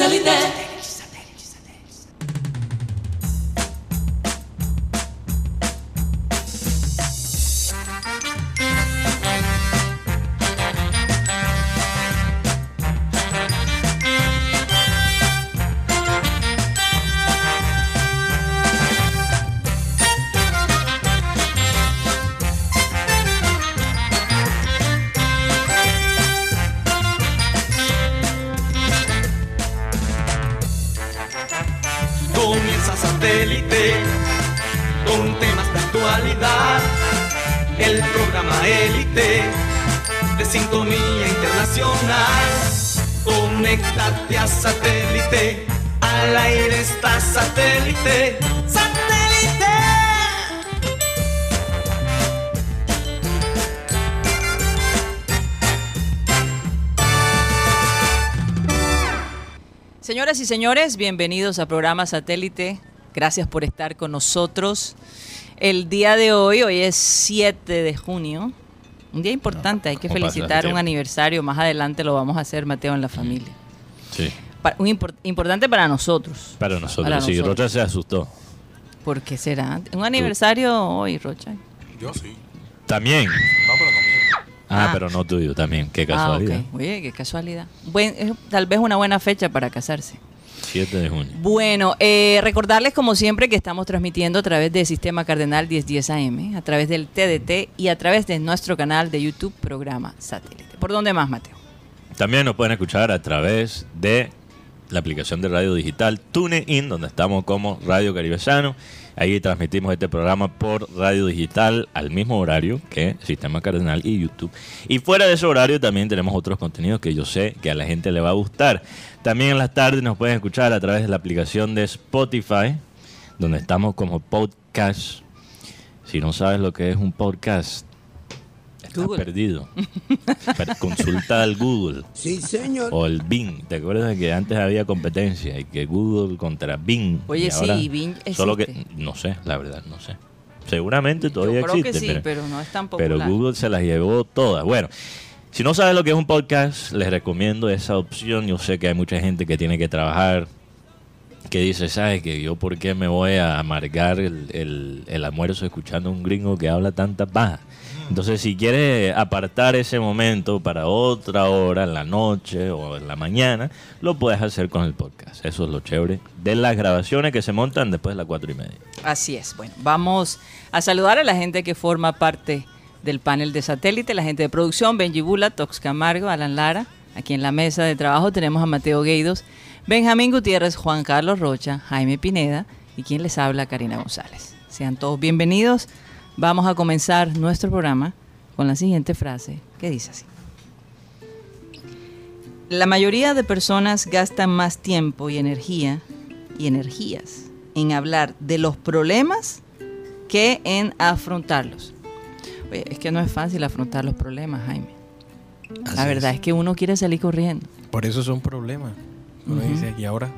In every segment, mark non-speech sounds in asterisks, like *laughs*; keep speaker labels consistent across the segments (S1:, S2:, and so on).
S1: Satellite.
S2: Comienza satélite con temas de actualidad. El programa élite de sintonía internacional. Conéctate a satélite. Al aire está satélite. ¡Satélite!
S3: Señoras y señores, bienvenidos a programa Satélite. Gracias por estar con nosotros. El día de hoy, hoy es 7 de junio, un día importante, hay que
S4: ¿cómo pasa el
S3: felicitar un
S4: tiempo?
S3: aniversario, más adelante lo vamos a hacer Mateo en la familia.
S4: Sí,
S3: Pa- un impor- importante para nosotros.
S4: para nosotros.
S3: Para
S4: sí,
S3: nosotros.
S4: Rocha se asustó.
S3: ¿Por qué será? Un aniversario hoy, Rocha.
S5: Yo sí.
S4: También.
S5: No, pero no mío.
S4: Ah,
S3: Ah.
S4: pero no tuyo también. Qué
S3: Ah,
S4: casualidad.
S3: ok. Oye, qué casualidad. Buen- es tal vez una buena fecha para casarse.
S4: 7 de junio.
S3: Bueno, eh, recordarles como siempre que estamos transmitiendo a través de Sistema Cardenal 1010 AM, a través del TDT y a través de nuestro canal de YouTube, programa Satélite. ¿Por dónde más, Mateo?
S4: También nos pueden escuchar a través de la aplicación de radio digital TuneIn, donde estamos como Radio Caribesano. Ahí transmitimos este programa por radio digital al mismo horario que Sistema Cardenal y YouTube. Y fuera de ese horario también tenemos otros contenidos que yo sé que a la gente le va a gustar. También en las tardes nos pueden escuchar a través de la aplicación de Spotify, donde estamos como podcast. Si no sabes lo que es un podcast, estás
S3: Google. *laughs*
S4: perdido. Per- Consulta al Google.
S6: Sí, señor.
S4: O el Bing. ¿Te acuerdas de que antes había competencia y que Google contra Bing?
S3: Oye,
S4: y ahora-
S3: sí, Bing
S4: Solo que
S3: existe.
S4: no sé, la verdad, no sé. Seguramente todavía
S3: Yo creo
S4: existe,
S3: que sí,
S4: pero,
S3: pero, no es tan popular.
S4: pero Google se las llevó todas. Bueno, si no sabes lo que es un podcast, les recomiendo esa opción. Yo sé que hay mucha gente que tiene que trabajar, que dice, ¿sabes que yo por qué me voy a amargar el, el- el almuerzo escuchando a un gringo que habla tantas bajas? Entonces, si quieres apartar ese momento para otra hora, en la noche o en la mañana, lo puedes hacer con el podcast. Eso es lo chévere de las grabaciones que se montan después de las cuatro y media.
S3: Así es. Bueno, vamos a saludar a la gente que forma parte del panel de satélite, la gente de producción, Benji Bula, Tox Camargo, Alan Lara. Aquí en la mesa de trabajo tenemos a Mateo Gueidos, Benjamín Gutiérrez, Juan Carlos Rocha, Jaime Pineda y quien les habla, Karina González. Sean todos bienvenidos. Vamos a comenzar nuestro programa con la siguiente frase que dice así. La mayoría de personas gastan más tiempo y energía y energías en hablar de los problemas que en afrontarlos. Oye, es que no es fácil afrontar los problemas, Jaime. La
S5: Así
S3: verdad es. que uno quiere salir corriendo.
S5: Por eso es un problema. Uno
S3: Ujú.
S5: dice, ¿y ahora?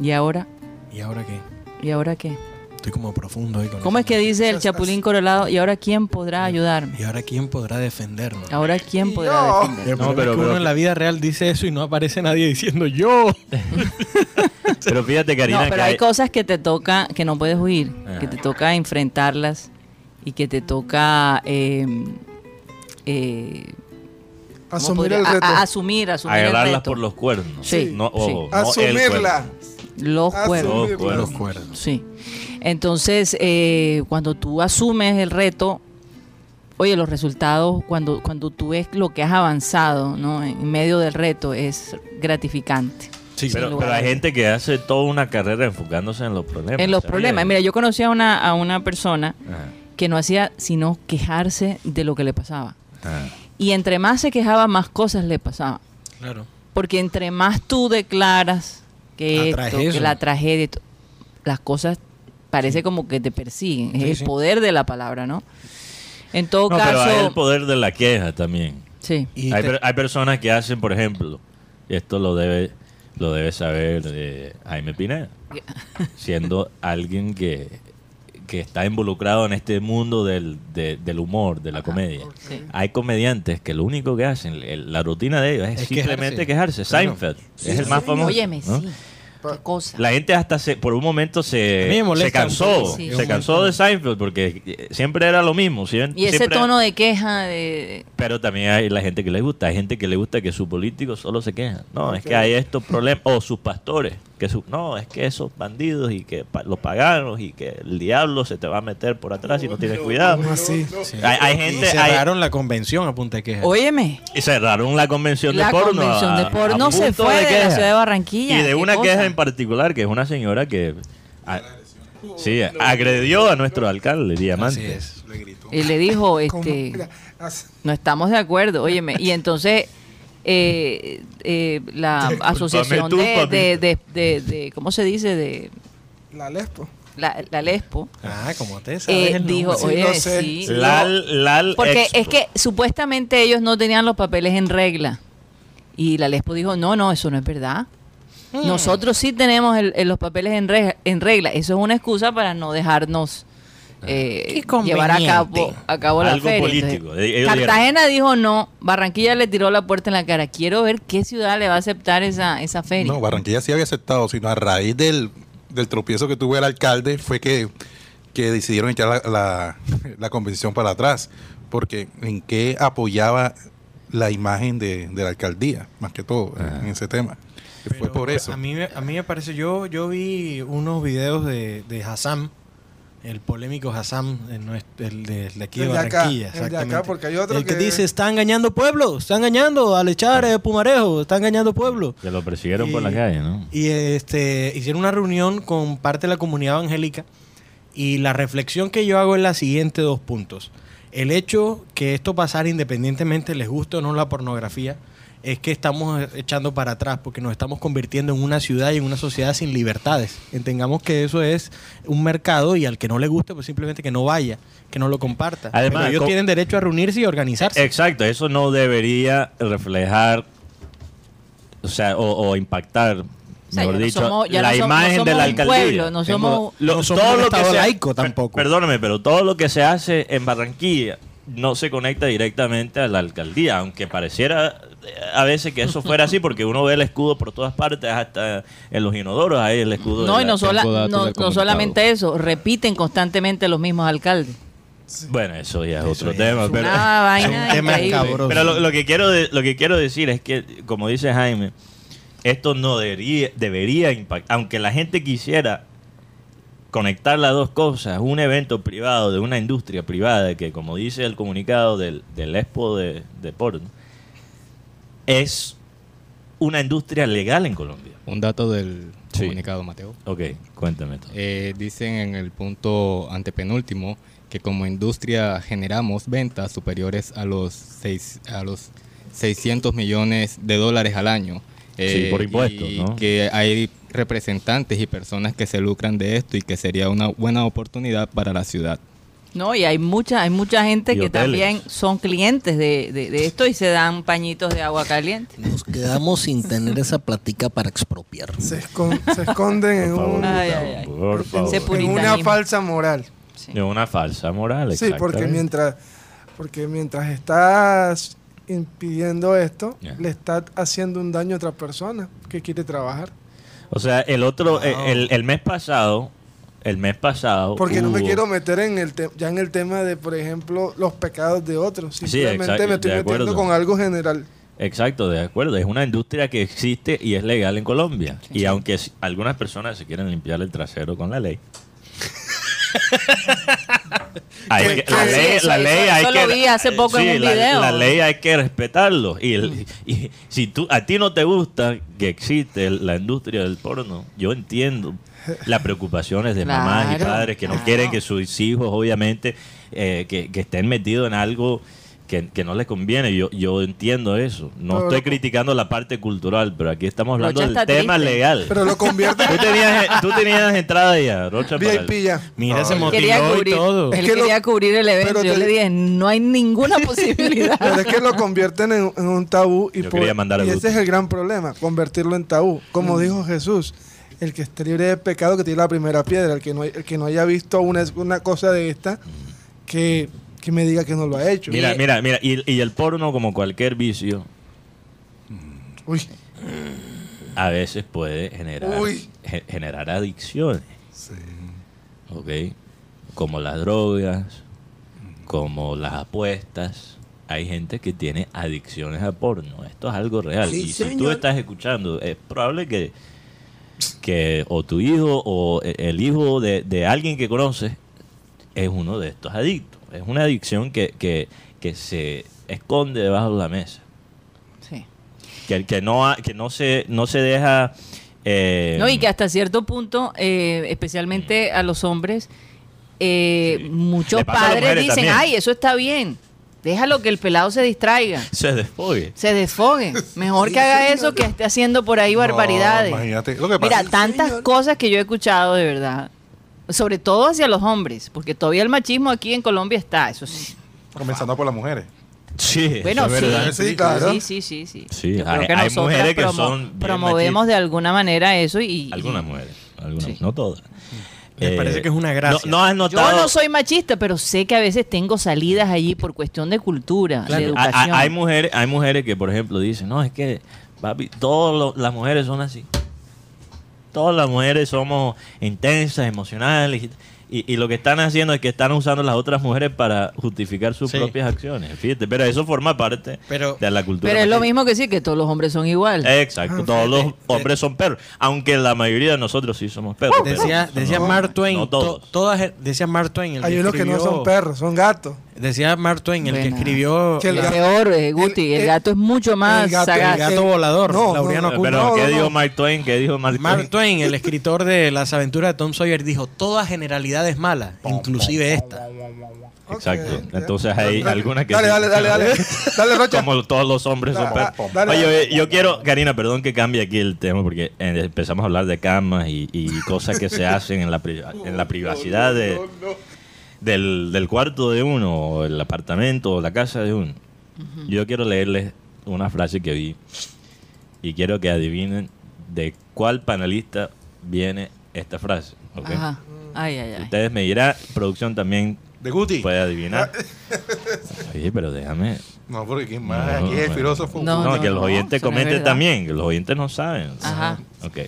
S3: ¿Y ahora?
S5: ¿Y ahora qué?
S3: ¿Y ahora qué?
S5: Estoy como profundo ahí con
S3: ¿Cómo
S5: eso.
S3: es que dice el
S5: Esas-
S3: Chapulín Corolado? ¿Y ahora quién podrá ayudarme?
S5: ¿Y ahora quién podrá defendernos?
S3: ¿Ahora quién podrá defenderme?
S5: El problema
S4: pero-
S5: es que
S4: pero-
S5: uno en la vida real dice eso y no aparece nadie diciendo yo.
S4: Pero fíjate, Karina,
S3: No,
S4: que
S3: pero hay
S4: hay- Ah.
S3: cosas que te toca, que no puedes huir,
S4: Ajá.
S3: que te toca enfrentarlas y que te toca eh, eh, ¿cómo
S7: Asumir
S3: podría?
S7: el
S3: A- a-
S7: reto.
S3: asumir, asumir el
S4: agarrarlas
S3: reto.
S4: por los cuernos.
S3: Sí,
S4: No, o-
S3: sí.
S4: no el
S7: Asumirla.
S4: cuerno.
S3: Los cuernos.
S4: Los
S7: Los
S5: *laughs*
S4: cuernos.
S3: Sí. Entonces, eh, cuando tú asumes el reto, oye, los resultados, cuando, cuando tú ves lo que has avanzado ¿no? en medio del reto, es gratificante.
S5: Sí,
S3: Sin
S4: Pero,
S3: lugar
S4: pero
S3: a
S4: hay
S3: dudas.
S4: gente que hace toda una carrera enfocándose en los problemas.
S3: En los
S4: ¿sabías?
S3: problemas. Mira, yo conocí a una, a una persona
S4: Ajá,
S3: que no hacía sino quejarse de lo que le pasaba.
S4: ajá.
S3: Y entre más se quejaba, más cosas le pasaban.
S5: Claro.
S3: Porque entre más tú declaras que,
S5: Atraes
S3: esto, que
S5: eso.
S3: la tragedia, y to- las cosas parece como que te persiguen.
S5: Sí,
S3: es
S5: sí.
S3: el poder de la palabra, ¿no? En todo
S4: No, pero hay el
S3: caso,
S4: poder de la queja también.
S3: sí.
S5: Y
S4: hay,
S5: te-
S4: per- hay personas que hacen, por ejemplo, y esto lo debe, lo debe saber eh, Jaime Pineda, siendo alguien que, que está involucrado en este mundo del, de- del humor, de la comedia.
S3: sí.
S4: Hay comediantes que lo único que hacen, el- la rutina de ellos es,
S5: Es
S4: simplemente
S5: quejarse.
S4: quejarse.
S5: Claro.
S4: Seinfeld
S3: Sí,
S4: es el más
S3: sí.
S4: famoso.
S3: Óyeme,
S4: ¿no?
S3: sí. Qué cosa.
S4: La gente hasta se- por un momento
S5: A mí
S4: se,
S5: me molesta
S4: se cansó,
S3: un poco, sí.
S4: se cansó de Seinfeld porque eh, siempre era lo mismo. ¿sí?
S3: y ese
S4: Siempre-
S3: tono de queja de...
S4: Pero también hay la gente que le gusta, hay gente que le gusta que sus políticos solo se quejan. No, es que hay estos problemas, o sus pastores, que su- no, es que esos bandidos y que pa- los paganos y que el diablo se te va a meter por atrás si no tienes cuidado.
S5: ¿Cómo así? Sí.
S4: Hay, hay
S5: Y
S4: gente, hay-
S5: cerraron la convención a punta de queja.
S3: Óyeme,
S4: y cerraron la convención
S3: la
S4: de porno.
S3: convención
S4: a-
S3: de porno
S4: a
S3: se
S4: punto
S3: fue de, la
S4: queja.
S3: ciudad de Barranquilla.
S4: Y de
S3: qué
S4: una
S3: cosa.
S4: queja en particular, que es una señora que a- sí, agredió a nuestro alcalde,
S5: Así
S4: Diamante.
S5: es.
S1: Le gritó.
S3: Y le dijo,
S1: *laughs* ¿Cómo?
S3: este...
S1: Mira, hace-
S3: No estamos de acuerdo, óyeme. Y entonces eh, eh,
S1: *laughs*
S3: la asociación
S4: tú,
S3: de,
S4: papito.
S3: de, de- de- de- ¿cómo se dice? De
S1: la Lespo.
S3: la, la Lespo.
S5: Ah, como te
S3: eh,
S5: sabes el
S3: dijo,
S5: nombre.
S1: Sí,
S3: oye,
S1: lo sé.
S3: sí, no".
S4: Lal, Lal
S3: porque
S4: Expo.
S3: es que supuestamente ellos no tenían los papeles en regla. Y la Lespo dijo, no, no, eso no es verdad.
S5: Hmm.
S3: Nosotros sí tenemos el- el- los papeles en, re- en regla. Eso es una excusa para no dejarnos eh,
S5: Qué
S3: llevar a cabo,
S5: conveniente.
S3: a cabo la
S4: Algo
S3: feria.
S4: político. Ellos
S3: Cartagena dijo no, Barranquilla le tiró la puerta en la cara. Quiero ver qué ciudad le va a aceptar esa, esa feria.
S1: No, Barranquilla sí había aceptado, sino a raíz del, del tropiezo que tuvo el alcalde fue que, que decidieron echar la, la- la convención para atrás, porque en qué apoyaba la imagen de, de la alcaldía, más que todo, en ese tema. Que fue
S5: Pero pues,
S1: por eso.
S5: A mí, me- a mí me parece, yo, yo vi unos videos de, de Hassam, el polémico Hassam, el, nues- el de, el de aquí de
S6: El de acá,
S5: Barranquilla.
S6: el de acá,
S5: exactamente.
S6: porque hay otro
S5: El que,
S6: que-
S5: dice, está engañando pueblo, está engañando al echar eh, Pumarejo, está engañando pueblo.
S4: Que lo persiguieron por
S5: Y-
S4: la calle, ¿no?
S5: Y este, hicieron una reunión con parte de la comunidad evangélica y la reflexión que yo hago es la siguiente dos puntos. El hecho que esto pasara independientemente les guste o no la pornografía es que estamos echando para atrás porque nos estamos convirtiendo en una ciudad y en una sociedad sin libertades. Entendamos que eso es un mercado y al que no le guste pues simplemente que no vaya, que no lo comparta.
S4: Además,
S5: Pero ellos
S4: co- Eh,
S5: tienen derecho a reunirse y organizarse.
S4: Exacto, eso no debería reflejar, o sea, o, o impactar,
S3: sea,
S4: mejor
S3: ya no
S4: dicho,
S3: somos- ya no
S4: la
S3: somos- no
S4: imagen de
S3: somos
S4: la
S3: un
S4: alcaldía.
S3: pueblo, no
S4: Tengo-
S3: somos-
S5: no somos un estado
S4: se-
S5: laico
S4: per-
S5: tampoco.
S4: Perdóname, pero todo lo que se hace en Barranquilla no se conecta directamente a la alcaldía, aunque pareciera eh, a veces que eso fuera así, porque uno ve el escudo por todas partes, hasta en los inodoros hay el escudo.
S3: No,
S4: de
S3: y
S4: la-
S3: no, sola-
S7: tengo datos
S3: no-
S7: del
S3: no
S7: comunicado.
S3: solamente eso, repiten constantemente los mismos alcaldes.
S4: Bueno, eso ya es otro
S5: ya
S4: tema, pero...
S3: Una vaina
S5: un tema
S3: increíble.
S5: escabroso.
S4: Pero lo, lo que quiero de- lo que quiero decir es que, como dice Jaime, esto no debería, debería impactar. Aunque la gente quisiera conectar las dos cosas, un evento privado de una industria privada que, como dice el comunicado del, del Expo de, de Porno, es una industria legal en Colombia.
S7: Un dato del
S4: Sí.
S7: comunicado, Mateo.
S4: Ok, cuéntame. todo.
S7: Eh, dicen en el punto antepenúltimo que como industria generamos ventas superiores a los, seis, a los 600 millones de dólares al año. Eh,
S4: Sí, por impuestos,
S7: Y
S4: ¿no?
S7: que hay representantes y personas que se lucran de esto y que sería una buena oportunidad para la ciudad.
S3: No, y hay mucha, hay mucha gente
S4: Y
S3: que
S4: hoteles.
S3: también son clientes de, de- de esto y se dan pañitos de agua caliente.
S8: Nos quedamos sin tener esa platica para expropiar.
S6: Se, escon- se esconden en,
S4: Por favor,
S6: un-
S3: Ay, ay, ay.
S4: por favor.
S3: Se
S6: en una
S3: puritanismo.
S6: falsa moral.
S3: Sí.
S4: De una falsa moral,
S6: Sí, porque
S4: exactamente.
S6: mientras, porque mientras estás impidiendo esto,
S4: Ya.
S6: le estás haciendo un daño a otra persona que quiere trabajar.
S4: O sea, el otro, eh, el, el mes pasado, el mes pasado.
S6: Porque no me
S4: hubo-
S6: quiero meter en el te- ya en el tema de, por ejemplo, los pecados de otros.
S4: Sí,
S6: Simplemente
S4: exacto,
S6: me estoy
S4: de
S6: metiendo
S4: acuerdo.
S6: con algo general.
S4: Exacto, de acuerdo. Es una industria que existe y es legal en Colombia. Y aunque s- algunas personas se quieren limpiar el trasero con
S3: *laughs*
S4: la ley. hay que- la
S3: Así
S4: ley,
S3: es,
S4: la
S3: eso-
S4: ley
S3: eso
S4: hay que
S3: lo vi hace poco en
S4: sí,
S3: un
S4: la-
S3: video.
S4: La, ley hay que respetarlo y,
S6: Mm.
S4: el- y si tú a ti no te gusta que existe el- la industria del porno, yo entiendo las preocupaciones de mamás y
S3: Claro,
S4: padres que no
S3: claro.
S4: quieren que sus hijos obviamente eh, que, que estén metidos en algo que, que no les conviene. Yo, yo entiendo eso. No
S6: Pero
S4: estoy
S6: lo-
S4: criticando la parte cultural, pero aquí estamos hablando
S3: Rocha
S4: del
S3: está
S4: tema
S3: triste.
S4: legal.
S6: Pero lo
S4: *laughs*
S6: convierte *laughs*
S4: Tú tenías, tú tenías entrada ya, Rocha. para el-
S6: VIP ya.
S5: Mira, se
S3: Quería
S5: motivó y
S3: cubrir,
S5: todo.
S6: Es
S3: él
S6: que lo-
S3: quería cubrir el evento.
S6: pero
S3: Yo
S6: te-
S3: le dije, no hay ninguna posibilidad.
S6: Pero es que lo convierten en, en un tabú y,
S4: Yo quería mandar a
S6: y
S4: Guti.
S6: ese es el gran problema, convertirlo en tabú. Como dijo Jesús, el que esté libre de pecado que tiene la primera piedra, el que no, el que no haya visto una, una cosa de esta, que, que me diga que no lo ha hecho.
S4: Mm. Mira, mira, mira. Y, y el porno, como cualquier vicio,
S6: Uy,
S4: a veces puede generar,
S6: Uy.
S4: ge- generar adicciones.
S1: Sí.
S4: ¿ok? Como las drogas, como las apuestas. Hay gente que tiene adicciones a porno. Esto es algo real.
S9: Sí,
S4: y si tú
S9: señor.
S4: estás escuchando, es probable que, que o tu hijo o e- el hijo de, de alguien que conoces es uno de estos adictos. Es una adicción que, que, que se esconde debajo de la mesa.
S3: Sí.
S4: Que, que, no, ha- que no, se, no se deja... eh,
S3: No, y que hasta cierto punto, eh, especialmente a los hombres, eh,
S4: Sí.
S3: muchos
S4: Le pasa a las
S3: padres
S4: mujeres
S3: dicen,
S4: también.
S3: ay, eso está bien, déjalo que el pelado se distraiga,
S4: se desfogue.
S3: se desfogue, mejor que haga eso que esté haciendo por ahí barbaridades.
S1: No, imagínate. Lo que pasa
S3: Mira, tantas cosas que yo he escuchado de verdad, sobre todo hacia los hombres, porque todavía el machismo aquí en Colombia está, eso sí.
S1: comenzando por las mujeres.
S4: Sí,
S3: Bueno,
S4: eso es verdad.
S3: sí,
S1: Sí, claro.
S3: sí, sí, sí, sí.
S4: Sí,
S3: Yo creo
S4: hay-
S3: que
S4: hay
S3: nosotras
S4: mujeres que
S3: promo-
S4: son bien
S3: promovemos de alguna manera eso y, y-
S4: Algunas mujeres, algunas,
S3: Sí.
S4: no todas. Eh,
S5: Me parece que es una gracia.
S4: No, no has
S3: yo
S4: notado.
S3: no soy machista, pero sé que a veces tengo salidas allí por cuestión de cultura,
S4: Claro,
S3: de
S4: hay- hay-
S3: educación.
S4: hay, mujeres, hay mujeres que, por ejemplo, dicen: No, es que, papi, todas lo- las mujeres son así. Todas las mujeres somos intensas, emocionales. y- Y, y lo que están haciendo es que están usando las otras mujeres para justificar sus
S5: Sí.
S4: propias acciones. Fíjate, pero eso forma parte
S5: Pero-
S4: de la cultura.
S3: pero es lo
S4: machista.
S3: mismo que sí, que todos los hombres son iguales.
S4: Exacto,
S6: Ah,
S4: todos los hombres son perros. Aunque la mayoría de nosotros sí somos perros. pero
S5: Decía,
S4: son
S5: decía
S4: hombres,
S5: Mark Twain,
S4: No
S5: to-
S4: todos.
S5: todas, decía Mark Twain, el
S6: hay unos que no
S5: escribió-
S6: son perros, son gatos.
S5: Decía Mark Twain, el que
S3: Buena.
S5: escribió
S6: Que el
S3: Es
S5: la-
S6: gato-
S3: peor, eh, Guti, el,
S6: el-
S3: gato es mucho más
S6: el gato- el
S3: sagaz.
S5: El gato volador,
S6: No,
S5: Laureano
S6: no,
S5: Acuña.
S4: Pero,
S6: No,
S4: ¿qué
S6: no,
S4: dijo
S6: no.
S4: Mark Twain? ¿Qué dijo Mark
S5: Mark
S4: Twain?
S5: Twain, el escritor de Las aventuras de Tom Sawyer, dijo, toda generalidad es mala, inclusive esta.
S4: Exacto.
S6: Ok.
S4: Entonces hay
S6: Dale,
S4: algunas que.
S6: Dale,
S4: sí.
S6: dale, dale,
S4: *laughs*
S6: dale. *laughs* Dale, Rocha.
S4: Como todos los hombres son
S6: Da-
S4: perros.
S6: dale,
S4: Oye,
S6: dale.
S4: oye, yo quiero, Karina, perdón que cambie aquí el tema porque eh, empezamos a hablar de camas y, y cosas que se
S6: *laughs*
S4: hacen en la, pri- en la privacidad de- Del, del cuarto de uno, o el apartamento, o la casa de uno. Yo quiero leerles una frase que vi y quiero que adivinen de cuál panelista viene esta frase. ¿ok?
S3: Ajá. Ay, ay, ay.
S4: Ustedes me dirán, producción también
S1: De Guti.
S4: puede
S6: *laughs*
S4: adivinar. Oye, pero déjame.
S1: No, porque quién más. Ah,
S4: No,
S1: Aquí es
S4: no,
S1: el filósofo.
S3: no.
S4: No, que los oyentes
S3: eso no es
S4: comenten
S3: verdad.
S4: también, que los oyentes no saben.
S3: Ajá.
S4: Ok.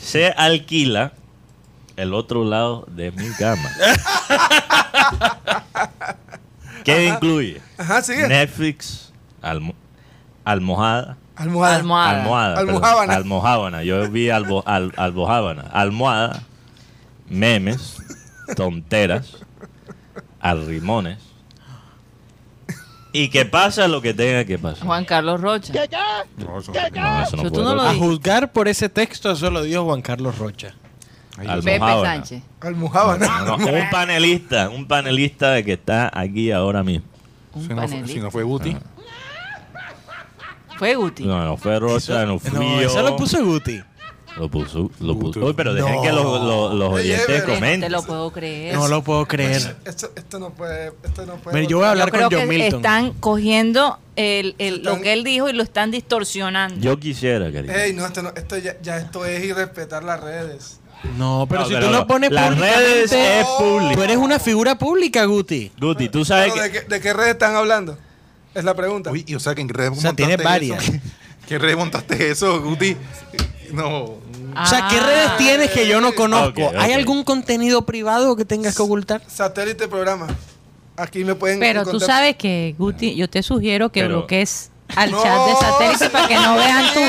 S4: Se alquila el otro lado de mi
S1: *laughs*
S4: cama. ¿Qué incluye?
S6: Ajá, sigue.
S4: Netflix, almo- almohada,
S6: Almohada.
S3: Almohada.
S4: almohada, perdón,
S6: Almohábana.
S4: almohábana. Yo vi albo, al- albohábana. almohada, memes, tonteras, arrimones. Y que pasa lo que tenga que pasar.
S3: Juan Carlos Rocha.
S1: No, eso-
S4: No, eso
S3: Pero
S4: no
S3: tú no
S4: puedo.
S3: lo
S5: A
S3: Ay.
S5: juzgar por ese texto, eso lo dijo Juan Carlos Rocha.
S3: Pepe
S4: Almohábana.
S3: Sánchez.
S6: Almohábana.
S4: No, no, un panelista, un panelista de que está aquí ahora mismo.
S3: Un
S1: Si no, fue,
S3: panelista.
S1: si no fue Guti.
S3: Fue Guti.
S4: No, no fue Rosa, no fui
S5: No,
S4: yo.
S5: eso lo puso Guti.
S4: Lo puso, lo puso.
S1: Puto.
S4: Uy, pero dejen que los, los, los
S6: Ey,
S4: oyentes
S6: ey,
S3: No te
S4: comenten.
S3: lo puedo creer.
S5: No lo puedo creer.
S6: *laughs* Esto, esto no puede. Esto no puede.
S5: Mira, yo voy a
S3: Yo
S5: hablar
S3: creo
S5: con
S3: que
S5: John Milton.
S3: están cogiendo el, el- lo
S6: Están-
S3: que él dijo y lo están distorsionando.
S4: Yo quisiera, cariño.
S6: Ey, no, esto, no, esto ya, ya esto es irrespetar las redes.
S5: No,
S4: Pues,
S5: pero
S4: No,
S5: si
S4: pero
S5: tú
S4: no.
S5: lo pones
S4: Las redes
S5: públicamente,
S4: es público.
S5: Tú eres una figura pública, Guti.
S4: Guti, tú sabes
S6: Pero, ¿de,
S4: que...
S6: qué, ¿De qué redes están hablando? Es la pregunta.
S1: Uy, y o sea, que en remontaste
S5: O sea, tiene varias.
S1: Eso, *laughs* que remontaste eso, Guti. No.
S5: O sea, ¿qué
S3: Ah.
S5: redes tienes que yo no conozco?
S4: Ok, ok.
S5: ¿Hay algún contenido privado que tengas que ocultar?
S6: Satélite programa. Aquí me pueden.
S9: Pero tú
S6: encontrar-
S9: sabes que, Guti, yo te sugiero que
S4: Pero-
S9: bloquees al
S6: No,
S9: chat de satélite para que no vean
S6: sí.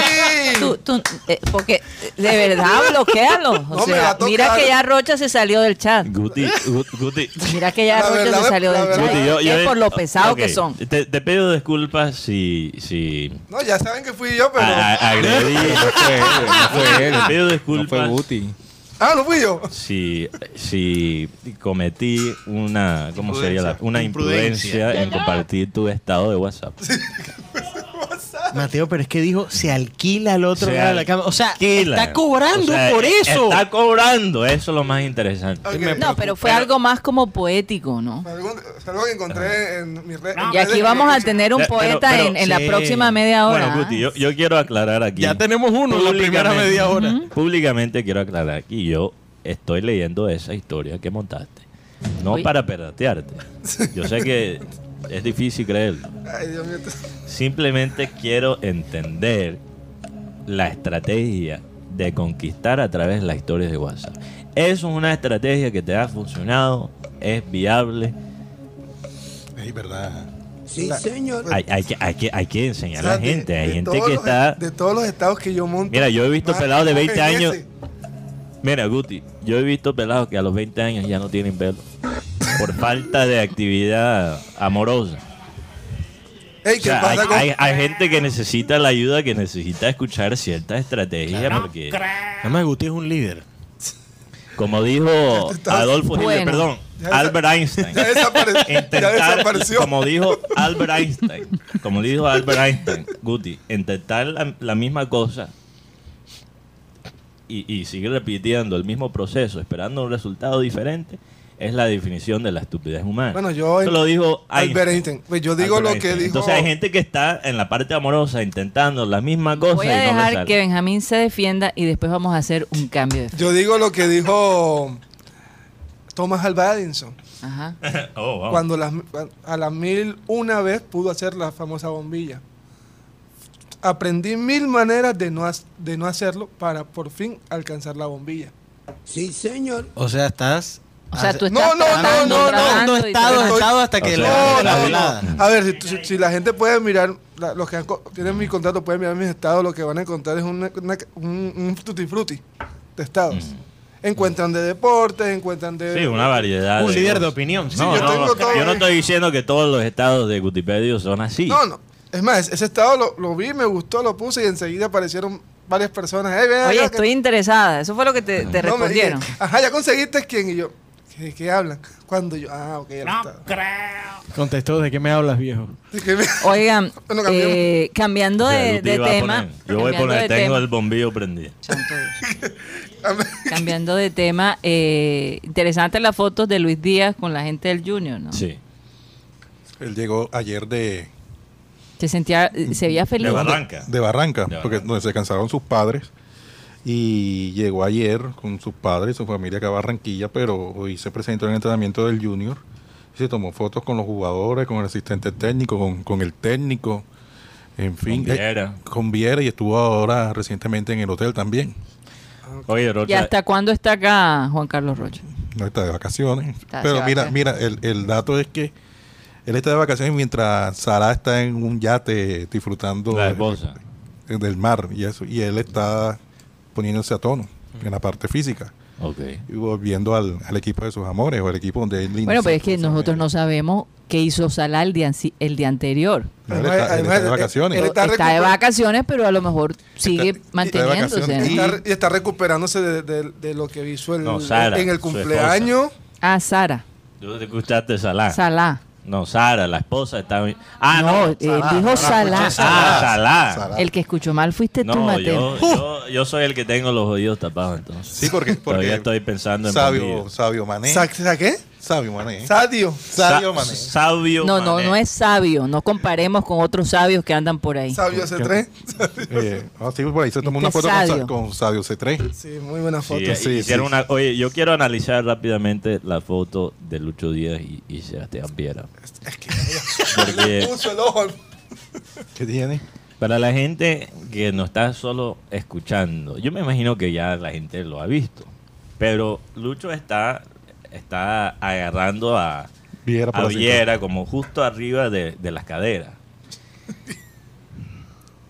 S9: tu... tu- tu- eh,
S3: Porque de
S6: *laughs*
S3: verdad bloquealo. O
S6: No, me va
S3: sea,
S6: a tocar.
S3: mira que ya Rocha se salió del chat.
S4: Guti, Gu- Guti.
S3: Mira que ya
S6: La
S3: Rocha
S6: verdad,
S3: se salió
S6: la
S3: del
S6: verdad.
S3: chat.
S4: Guti, yo- yo-
S3: es por lo pesado
S4: ok,
S3: que son.
S4: Te, te pido disculpas si... si
S6: No, ya saben que fui yo, pero.
S4: a- a-
S3: *laughs*
S7: *laughs*
S4: agredí.
S7: No fue él, no *laughs* fue él.
S4: Te pido
S7: No fue
S4: disculpas.
S7: Guti.
S6: Ah, no fui yo.
S4: si, si cometí una, ¿cómo sería? la- una imprudencia en compartir tu estado de WhatsApp.
S5: Mateo, pero es que dijo, se alquila al otro
S4: Se
S5: lado de la cama. O sea,
S4: alquila.
S5: está cobrando
S4: O sea, e,
S5: por eso.
S4: Está cobrando, eso es lo más interesante.
S6: Ok.
S3: No, pero fue algo más como poético, ¿no?
S6: Algún- es algo que
S4: Ah.
S6: encontré en mi red.
S3: Y aquí vamos a tener un
S4: Ya, pero-
S3: poeta
S4: pero-
S3: en, en la
S5: sí.
S3: próxima media hora. ¿ah? ¿eh?
S4: Bueno, Guti, yo, yo quiero aclarar aquí.
S5: Ya tenemos uno en la primera
S4: Públicamente.
S5: media hora.
S4: Públicamente quiero aclarar aquí. Yo estoy leyendo esa historia que montaste. No
S3: Uy.
S4: para peratearte. Yo sé que es difícil creerlo.
S6: Ay, Dios mío.
S4: Simplemente quiero entender la estrategia de conquistar a través de las historias de WhatsApp. Eso es una estrategia que te ha funcionado, es viable.
S1: Es verdad.
S8: Sí,
S6: La-
S8: señor.
S4: Hay, hay que, hay que- hay que enseñar
S6: O sea,
S4: a la
S6: de-
S4: gente. Hay
S6: de
S4: gente
S6: todos
S4: que
S6: los-
S4: está.
S6: De todos los estados que yo monto.
S4: Mira, yo he visto
S6: más
S4: pelados de 20
S6: *laughs* en
S4: años.
S6: ese.
S4: Mira, Guti, yo he visto pelados que a los 20 años ya no tienen pelo. Por falta de actividad amorosa.
S6: Ey,
S4: O
S6: ¿qué
S4: sea, hay,
S6: pasa con-
S4: hay- hay gente que necesita la ayuda, que necesita escuchar ciertas estrategias. Porque,
S5: No me gusta, es un líder.
S4: como
S6: *laughs*
S4: dijo Adolfo Hitler,
S3: Bueno.
S4: perdón, Albert Einstein.
S6: Ya, desapare- ya
S4: Intentar,
S6: desapareció.
S4: como dijo Albert Einstein, como dijo Albert Einstein, Guti, intentar la, la misma cosa y, y seguir repitiendo el mismo proceso, esperando un resultado diferente, es la definición de la estupidez humana.
S6: Bueno, yo-
S4: Eso lo dijo Einstein.
S6: Albert Einstein. Pues yo digo
S4: Albert
S6: lo que
S4: Einstein.
S6: dijo.
S4: Entonces hay gente que está en la parte amorosa intentando las mismas cosas
S3: Voy
S4: y
S3: a
S4: no le
S3: dejar
S4: sale.
S3: que Benjamín se defienda y después vamos a hacer un cambio de...
S6: Yo digo lo que dijo Thomas Alva Edison.
S3: Ajá.
S4: *laughs* Oh, wow.
S6: Cuando las, a las mil una vez pudo hacer la famosa bombilla. Aprendí mil maneras de no, ha- de no hacerlo para por fin alcanzar la bombilla.
S8: Sí, señor.
S5: O sea, estás.
S3: O sea, tú
S6: No,
S3: estás
S6: no, no,
S3: trabajando,
S6: no, no,
S3: trabajando
S5: no,
S3: y
S5: estado,
S3: trabajando.
S5: estado hasta que
S4: O
S5: le
S4: sea,
S5: hagan
S6: No,
S5: la
S6: no,
S5: velada.
S6: no. A ver, si, tú- si- si la gente puede mirar, la- los que han co- tienen mi contrato pueden mirar mis estados, lo que van a encontrar es una- una- un, un tutti frutti de estados. Encuentran de deportes, encuentran de...
S4: Mm. Sí, una variedad.
S5: Un líder de
S4: cosas.
S5: opinión. sí.
S4: No,
S6: yo
S4: no,
S6: tengo
S4: no,
S6: todo.
S4: yo no estoy diciendo que todos los estados de Gutipedio son así.
S6: No, no. Es más, ese estado lo, lo vi, me gustó, lo puse y enseguida aparecieron varias personas. "Eh, ven
S3: Oye,
S6: acá que-
S3: estoy interesada. Eso fue lo que te, te
S6: No, me
S3: respondieron.
S6: *laughs* dije, Ajá, ¿ya conseguiste quién? Y yo, ¿de qué hablan? Cuando yo, ah, ok, ya no está.
S5: Contestó, ¿de qué me hablas, viejo?
S6: Y que me- *laughs*
S3: Oigan,
S6: Bueno, cambiamos.
S3: eh, cambiando
S4: O sea,
S3: de,
S4: Guti
S3: de
S4: va a
S3: tema...
S4: poner- yo voy a
S3: cambiando
S4: poner,
S3: de
S4: tengo
S3: tema.
S4: el bombillo prendido.
S3: Santo Dios. Cambiando de tema, eh, interesantes las fotos de Luis Díaz con la gente del Junior, ¿no?
S4: Sí.
S1: Él llegó ayer de,
S3: Se sentía,
S4: Mm,
S3: eh, se veía feliz.
S4: De Barranca.
S1: de Barranca,
S4: De
S1: porque
S4: Barranca.
S1: donde se cansaron sus padres. Y llegó ayer con sus padres y su familia acá a Barranquilla, pero hoy se presentó en el entrenamiento del Junior. Y se tomó fotos con los jugadores, con el asistente técnico, con, con el técnico, en fin. eh,
S4: Viera.
S1: con Viera y estuvo ahora recientemente en el hotel también.
S4: Oye, Rocha,
S3: ¿Y hasta cuándo está acá Juan Carlos Rocha?
S1: No está de vacaciones.
S3: Está de
S1: Pero mira,
S3: vacaciones.
S1: mira, el, el dato es que él está de vacaciones mientras Sara está en un yate disfrutando
S4: la
S1: de-
S4: esposa.
S1: de- del mar y eso. Y él está poniéndose a tono en la parte física
S4: Ok.
S1: y volviendo al, al equipo de sus amores o al equipo donde él
S3: Bueno, pero es que nosotros no sabemos qué hizo Salah el día, ansi- el día anterior.
S1: Él está, él está de vacaciones.
S6: Él está
S3: Está, de
S6: recuper-
S3: vacaciones, pero a lo mejor sigue
S1: está de
S3: manteniéndose.
S1: vacaciones.
S3: ¿no?
S1: Y-
S6: Está- y está recuperándose de, de- de lo que hizo el-
S4: No, Sara,
S6: en el
S4: su esposa.
S6: cumpleaños.
S3: Ah, Sara.
S4: ¿Tú te escuchaste Salah?
S3: Salah.
S4: No, Sara, la esposa está... Ah,
S3: no,
S4: no.
S3: él dijo Salah. Este
S4: Ah, Salah.
S1: Salah.
S3: El que escuchó mal fuiste tú,
S4: No,
S3: Mateo.
S4: yo, yo, yo soy el que tengo los oídos tapados, entonces.
S1: Sí, porque,
S4: Todavía
S1: porque
S4: estoy pensando en
S1: sabio,
S4: bombillo.
S1: sabio Mané.
S6: ¿Eh? Sa- ¿sa- qué?
S1: sabio Mané.
S6: Sadio.
S1: Sabio
S4: Sa-
S1: Mané.
S4: Sabio
S3: No, no,
S4: Mané.
S3: no es sabio. No comparemos con otros sabios que andan por ahí.
S6: Sabio C3.
S4: *laughs*
S1: Eh, ah, sí, por ahí se tomó
S3: Este
S1: una foto con,
S3: sabio.
S1: Sa- con Sabio C3.
S6: Sí, muy buena
S4: Sí,
S6: foto.
S4: eh,
S1: sí,
S4: hicieron
S1: sí.
S4: una- oye, yo quiero analizar rápidamente la foto de Lucho Díaz y, y Sebastián Viera.
S6: Es que ella
S4: Porque
S6: *laughs* puso el ojo.
S1: ¿Qué tiene?
S4: para la gente que no está solo escuchando, yo me imagino que ya la gente lo ha visto. Pero Lucho está, está agarrando a,
S1: Viera por
S4: a
S1: la cintura.
S4: Viera como justo arriba de, de las caderas.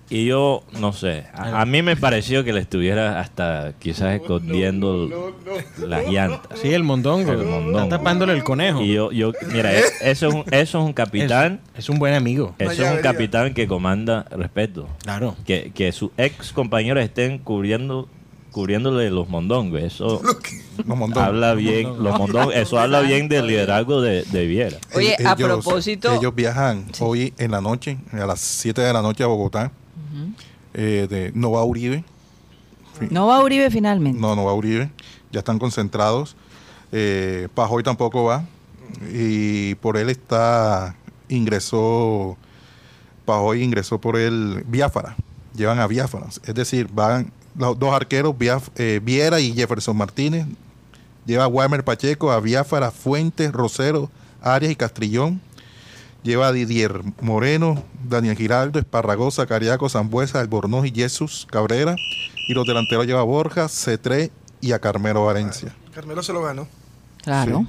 S4: Y yo, no sé, a, a mí me pareció que le estuviera hasta quizás escondiendo las llantas.
S5: Sí, el mondongo.
S4: El mondongo.
S5: Está tapándole el conejo.
S4: Y yo, yo mira, e- eso es un, eso es un capitán,
S5: Es un buen amigo.
S6: Una
S4: eso es un
S6: llavería.
S4: capitán que comanda respeto.
S5: Claro.
S4: Que, que sus ex compañeros estén cubriendo cubriéndole los mondongos, eso
S1: Un montón.
S4: habla bien, los mondongos, eso habla bien del liderazgo de, de Viera.
S3: Oye,
S1: Ellos-
S3: a propósito-
S1: Ellos viajan hoy en la noche, a las 7 de la noche a Bogotá, eh, de no va Uribe.
S3: No va Uribe finalmente.
S1: No, no va Uribe. Ya están concentrados. Eh, Pajoy tampoco va. Y por él está. Ingresó. Pajoy ingresó por él Biafara. Llevan a Biafara. Es decir, van los dos arqueros, Biaf- eh, Viera y Jefferson Martínez. Lleva a Weimer Pacheco, a Biafara, Fuentes, Rosero, Arias y Castrillón. Lleva a Didier Moreno, Daniel Giraldo, Esparragosa, Cariaco, Zambuesa, Albornoz y Jesus Cabrera. Y los delanteros lleva a Borja, C3 y a Carmelo Valencia.
S6: *laughs* Carmelo se lo ganó.
S3: Claro,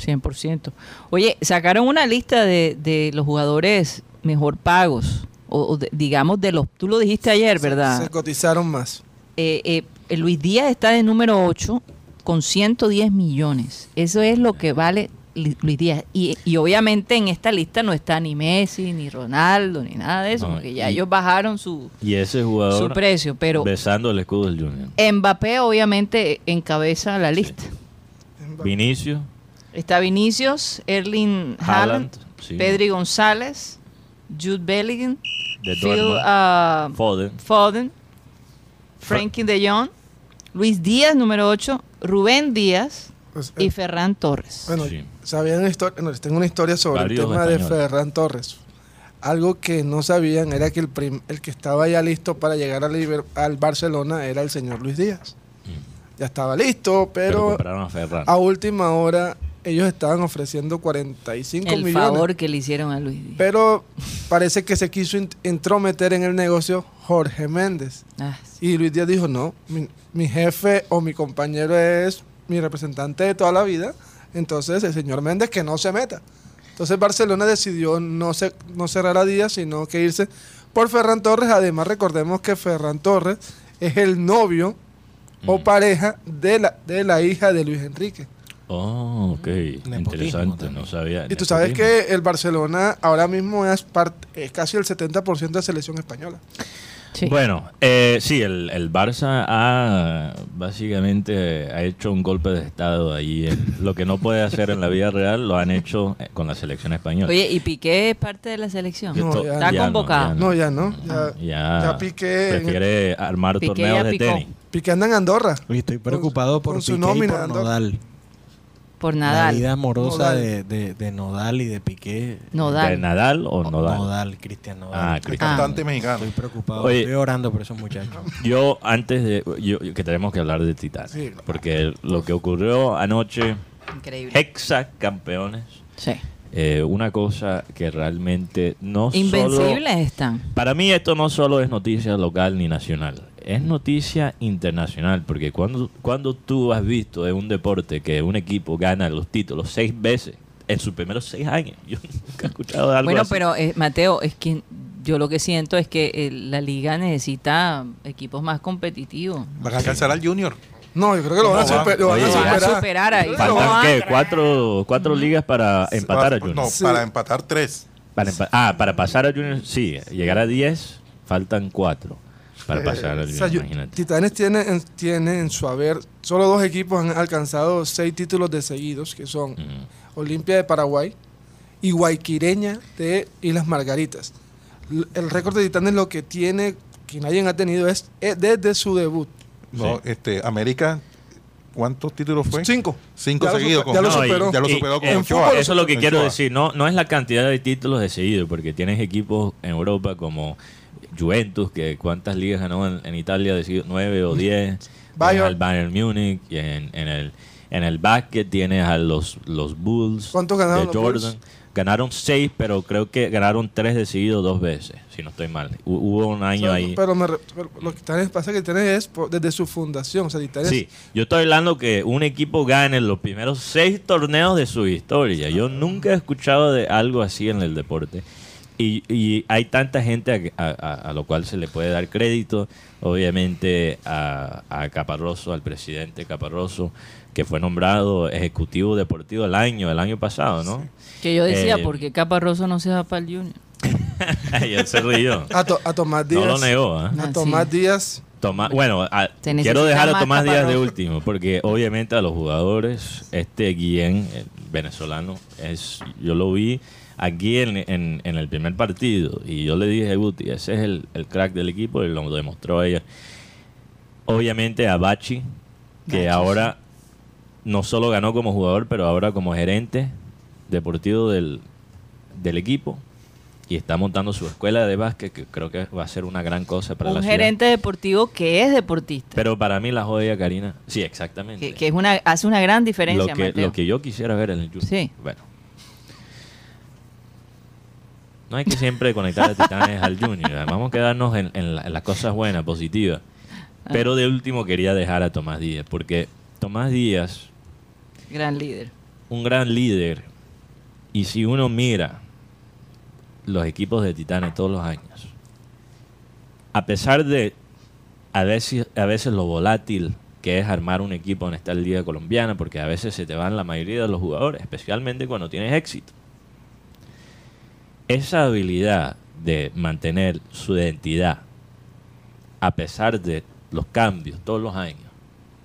S3: 100%. Oye, sacaron una lista de, de los jugadores mejor pagos, o, o de- digamos de los, tú lo dijiste ayer, ¿verdad?
S6: Se cotizaron más.
S3: Eh, eh, eh, Luis Díaz está de número 8 con 110 millones. Eso es lo que vale Li- Luis Díaz. Y, y obviamente en esta lista no está ni Messi, ni Ronaldo, ni nada de eso,
S4: No,
S3: porque ya
S4: y-
S3: ellos bajaron su,
S4: Y ese
S3: su
S4: jugador
S3: precio. Pero
S4: besando el escudo del Junior.
S3: Mbappé obviamente encabeza la lista.
S4: Vinicio,
S3: Está Vinicius, Erling Haaland,
S4: Haaland, sí.
S3: Pedri González, Jude Bellingham,
S4: de
S3: Phil
S4: Dortmund,
S3: ah,
S4: Foden,
S3: Foden, Frankie de Jong, Luis Díaz, número 8, Rubén Díaz
S6: Pues, eh,
S3: y Ferran Torres.
S6: Bueno,
S4: Sí.
S6: sabían una historia, no, les tengo una historia sobre
S4: Varios
S6: el tema de
S4: españoles.
S6: Ferran Torres. Algo que no sabían era que el, prim- el que estaba ya listo para llegar al, Liber- al Barcelona era el señor Luis Díaz. Ya estaba listo,
S4: Mm. pero
S6: pero,
S4: compraron a Ferran.
S6: a última hora ellos estaban ofreciendo 45
S3: El
S6: millones.
S3: favor que le hicieron a Luis Díaz.
S6: Pero parece que se quiso in- entrometer en el negocio Jorge Méndez.
S3: Ah, sí.
S6: Y Luis Díaz dijo, no, mi, mi jefe o mi compañero es mi representante de toda la vida, entonces el señor Méndez que no se meta. Entonces Barcelona decidió no, ce- no cerrar a Díaz, sino que irse por Ferran Torres. Además recordemos que Ferran Torres es el novio o pareja de la, de la hija de Luis Enrique.
S4: Oh, ok. Interesante, no sabía.
S6: Y tú sabes
S4: Nepotismo.
S6: que el Barcelona ahora mismo es, part- es casi el 70% de selección española.
S3: Sí.
S4: Bueno, eh, sí, el, el Barça ha básicamente ha hecho un golpe de estado ahí. en- lo que no puede hacer en la vida real lo han hecho eh, con la selección española.
S3: Oye, ¿y Piqué es parte de la selección?
S6: No,
S4: Esto-
S6: ya
S3: Está
S4: ya Ah, no,
S3: convocado.
S4: ya
S6: No, ya no. Ya,
S4: Ya,
S6: ya Piqué-
S4: Prefiere armar
S3: Piqué ya
S4: torneos de
S3: picó.
S4: tenis.
S6: Piqué anda en Andorra.
S5: Oye, estoy preocupado por
S6: con su
S5: Piqué y
S6: nómina,
S5: por
S6: Andor-
S5: Nodal.
S3: Por
S5: La vida
S3: Nadal.
S5: amorosa
S6: Nodal.
S5: de, de- de Nodal y de Piqué.
S4: ¿De
S3: Nodal.
S4: Nadal o no
S5: Nodal.
S4: Nadal?
S5: Cristian
S4: Ah,
S5: Nodal.
S4: Cristian.
S1: Cantante mexicano.
S5: Estoy preocupado.
S4: Oye.
S5: Estoy orando por esos muchachos.
S4: Yo antes de yo, yo- que tenemos que hablar de Titán,
S6: Sí, claro.
S4: porque lo que ocurrió anoche,
S3: Increíble.
S4: hexa campeones,
S3: Sí.
S4: eh, una cosa que realmente no solo
S3: Invencibles están.
S4: para mí esto no solo es noticia local ni nacional, es noticia internacional, porque cuando, cuando tú has visto en un deporte que un equipo gana los títulos seis veces en sus primeros seis años, yo *laughs* nunca he escuchado de algo
S3: Bueno,
S4: así.
S3: pero eh, Mateo, es que yo lo que siento es que eh, la liga necesita equipos más competitivos.
S1: Van a alcanzar al Junior.
S6: No, yo creo que lo van a,
S1: No, va-
S6: super- lo van a
S4: oye, ya.
S6: superar.
S3: Van a superar ahí.
S6: Yo creo que lo van-
S4: Faltan ¿qué? cuatro, cuatro ligas para empatar a
S1: Va-
S4: Junior.
S1: No,
S6: Sí.
S1: para empatar tres.
S4: Para empa- ah, para pasar a Junior, sí, llegar a 10, faltan 4 para pasar a
S6: Eh, O sea,
S4: Junior,
S6: yo-
S4: imagínate.
S6: Titanes tiene en, tiene en su haber, solo dos equipos han alcanzado seis títulos de seguidos, que son
S4: Mm.
S6: Olimpia de Paraguay y Guayquireña de Islas Margaritas. L- El récord de Titanes lo que tiene, que nadie ha tenido, es eh, desde su debut.
S1: No,
S4: Sí.
S1: este, América, ¿cuántos títulos fue?
S6: Cinco.
S1: Cinco
S6: Ya lo
S1: seguidos.
S6: supe- ya
S1: No,
S6: lo
S1: y-
S6: superó.
S1: ya lo
S4: y-
S1: superó con
S4: eh,
S1: Ochoa.
S4: Eso es lo que
S1: Con
S4: quiero
S1: Ochoa.
S4: decir, no, no es la cantidad de títulos de seguido, porque tienes equipos en Europa como Juventus, que cuántas ligas ganó en, en Italia de seguido, 9
S6: *laughs*
S4: o 10,
S6: Bayern.
S4: tienes al Bayern Múnich, y en, en el en el básquet tienes a los, los Bulls
S6: ¿Cuántos ganaron
S4: de
S6: los
S4: Jordan.
S6: Bulls?
S4: Ganaron 6, pero creo que ganaron 3 de seguido dos veces, si no estoy mal. Hu- Hubo un año
S6: O sea,
S4: ahí.
S6: Pero, me re- pero lo que Titanes pasa que Titanes es por- desde su fundación. O sea, Titanes
S4: Sí, yo estoy hablando que un equipo gane los primeros seis torneos de su historia. Yo nunca he escuchado de algo así en el deporte. Y, y hay tanta gente a, a- a lo cual se le puede dar crédito. Obviamente a, a Caparroso, al presidente Caparroso, que fue nombrado ejecutivo deportivo el año, el año pasado, ¿no? *laughs*
S3: Que yo decía,
S4: Eh,
S3: ¿por qué Caparroso no se va para el Junior?
S4: y él se rió.
S6: a, To- a Tomás
S4: No
S6: Díaz.
S4: lo negó, ¿ah?
S3: Ah, sí.
S6: A Tomás Díaz
S4: Tomás- bueno, a-
S3: Se necesita
S4: quiero dejar a
S3: más
S4: Tomás Díaz de
S3: taparrabos.
S4: último, porque obviamente a los jugadores, este Guillén, el venezolano, es eh, yo lo vi aquí en, en- en el primer partido, y yo le dije a Guti, ese es el, el crack del equipo, y lo demostró ayer. Obviamente a Bachi, que ahora no solo ganó como jugador, pero ahora como gerente deportivo del, del equipo. Y está montando su escuela de básquet, que creo que va a ser una gran cosa para la
S3: un
S4: ciudad.
S3: gerente deportivo que es deportista,
S4: Pero para mí la jodida Karina. Sí, exactamente.
S3: que, que es una, hace una gran diferencia.
S4: lo, que,
S3: Mateo.
S4: lo que yo quisiera ver en el Junior.
S3: Sí.
S4: Bueno. No hay que siempre conectar a Titanes al Junior. ¿eh? Vamos a quedarnos en, en la- en las cosas buenas, positivas.
S3: Ah.
S4: Pero de último quería dejar a Tomás Díaz, porque Tomás Díaz,
S3: Gran líder.
S4: un gran líder, y si uno mira los equipos de Titanes todos los años, a pesar de a veces, a veces lo volátil que es armar un equipo en esta liga colombiana, porque a veces se te van la mayoría de los jugadores, especialmente cuando tienes éxito. Esa habilidad de mantener su identidad a pesar de los cambios todos los años,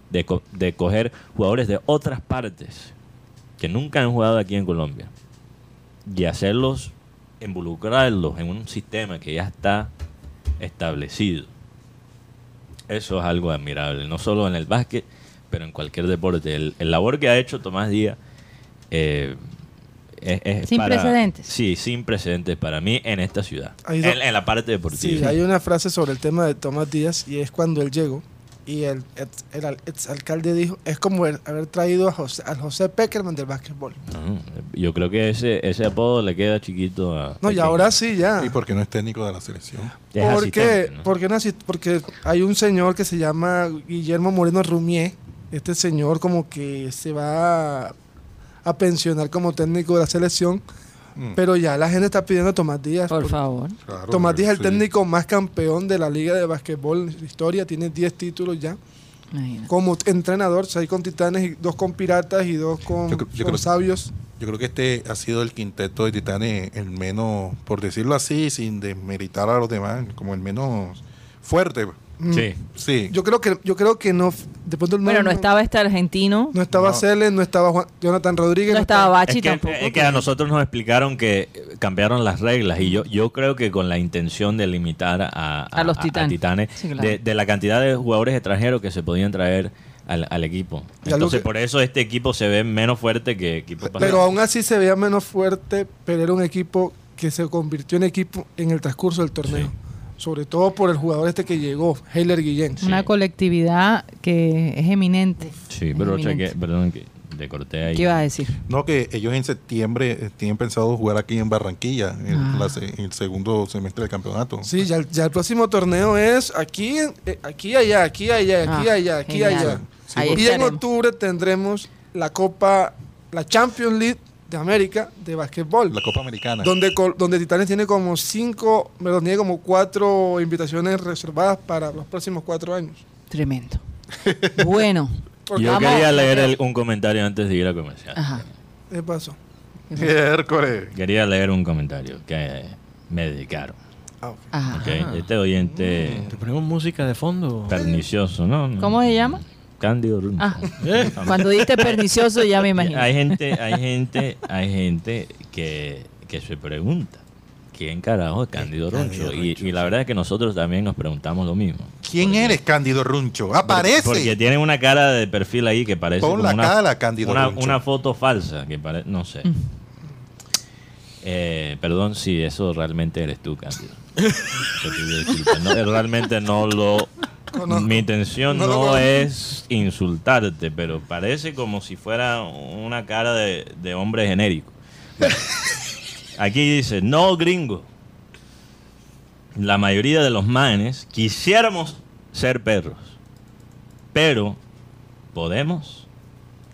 S4: de, co- de coger jugadores de otras partes que nunca han jugado aquí en Colombia y hacerlos, involucrarlos en un sistema que ya está establecido. Eso es algo admirable, no solo en el básquet, pero en cualquier deporte. El, el labor que ha hecho Tomás Díaz eh, es, es
S9: Sin
S4: para-
S9: precedentes.
S4: Sí, sin precedentes para mí en esta ciudad.
S6: Hay
S4: En,
S6: do-
S4: en la parte deportiva.
S6: Sí, hay una frase sobre el tema de Tomás Díaz y es cuando él llegó y el ex, el al- exalcalde dijo, es como el- haber traído a José, al José Peckerman del básquetbol.
S4: No, Yo creo que ese, ese apodo le queda chiquito a.
S6: No, y ahora sí, ya.
S1: ¿Y por qué no es técnico de la selección?
S4: Es
S6: ¿Por
S4: asistente,
S6: qué?
S4: ¿no?
S6: Porque, no asist- porque hay un señor que se llama Guillermo Moreno Rumier. Este señor como que se va a, a pensionar como técnico de la selección,
S1: Mm,
S6: pero ya la gente está pidiendo a Tomás Díaz.
S3: Por
S6: porque
S3: favor.
S1: claro,
S6: Tomás Díaz es el
S1: sí.
S6: técnico más campeón de la liga de básquetbol en su historia, tiene 10 títulos ya.
S3: Imagínate.
S6: Como t- entrenador, 6 con Titanes, y dos con Piratas y dos con,
S1: Yo cre- yo
S6: con
S1: creo-
S6: Sabios.
S1: Yo creo que este ha sido el quinteto de Titanes el menos, por decirlo así, sin desmeritar a los demás, como el menos fuerte.
S6: Mm.
S4: *laughs* Sí.
S1: Sí.
S6: Yo creo que yo creo que no f- de pronto el
S3: Bueno, no estaba este argentino,
S6: no estaba
S1: No.
S6: Celes, no estaba Juan- Jonathan Rodríguez,
S3: no estaba
S4: Es
S3: Bachi
S4: que,
S3: tampoco.
S4: es que a nosotros nos explicaron que eh, cambiaron las reglas y yo, yo creo que con la intención de limitar a,
S3: A los titanes. Sí, claro.
S4: de, de la cantidad de jugadores extranjeros que se podían traer al, al equipo.
S6: Y algo
S4: Entonces
S6: que-
S4: por eso este equipo se ve menos fuerte que equipo
S6: Pero aún así se veía menos fuerte, pero era un equipo que se convirtió en equipo en el transcurso del torneo. Sobre todo por el jugador este que llegó, Heiler Guillén.
S4: Sí.
S9: Una colectividad que es eminente.
S4: Sí, pero
S9: Eminente.
S4: cheque- perdón que te corté ahí.
S3: ¿Qué iba a decir?
S1: No, que ellos en septiembre eh, tienen pensado jugar aquí en Barranquilla, en la se- en el segundo semestre del campeonato.
S6: Ah. Sí, ya, el- ya el próximo torneo es aquí, eh, aquí, allá, aquí, allá, aquí,
S3: Ah,
S6: allá, aquí,
S3: genial.
S6: allá.
S3: Sí, Ahí
S6: y en
S3: estaremos.
S6: octubre tendremos la Copa, la Champions League de América de básquetbol.
S1: La Copa Americana.
S6: donde, col- donde Titanes tiene como cinco, perdón, tiene como cuatro invitaciones reservadas para los próximos cuatro años.
S3: *laughs* Tremendo. Bueno.
S4: Yo
S3: Vamos,
S4: quería leer
S3: Mateo.
S4: el- un comentario antes de ir a comercial.
S3: Ajá.
S6: ¿Qué pasó?
S1: *laughs* Miércoles.
S4: Quería leer un comentario que me dedicaron.
S3: Ajá.
S4: Ah,
S3: Mm.
S4: ¿ok? Este oyente
S5: Te ponemos música de fondo.
S4: pernicioso, ¿no? No.
S3: ¿Cómo se llama?
S4: Cándido Rubio.
S3: Ah, cuando diste pernicioso ya me imagino.
S4: ¿Eh? Hay gente, hay gente, hay gente que, que se pregunta ¿Quién carajo es Cándido Runcho? Y, y la verdad es que nosotros también nos preguntamos lo mismo.
S1: ¿Quién eres, Cándido Runcho? ¡Aparece!
S4: Porque tienen una cara de perfil ahí que parece
S1: Pon
S4: como
S1: la
S4: una,
S1: cara, Cándido
S4: una,
S1: Runcho.
S4: una foto falsa que parece, no sé. Eh, perdón si eso realmente eres tú, Cándido. *laughs* Te pido disculpas. No, eh, realmente no lo. mi intención
S6: no
S4: no,
S6: lo conozco.
S4: es insultarte, pero parece como si fuera una cara de, de hombre genérico. Aquí dice, no gringo. La mayoría de los manes quisiéramos ser perros, pero podemos.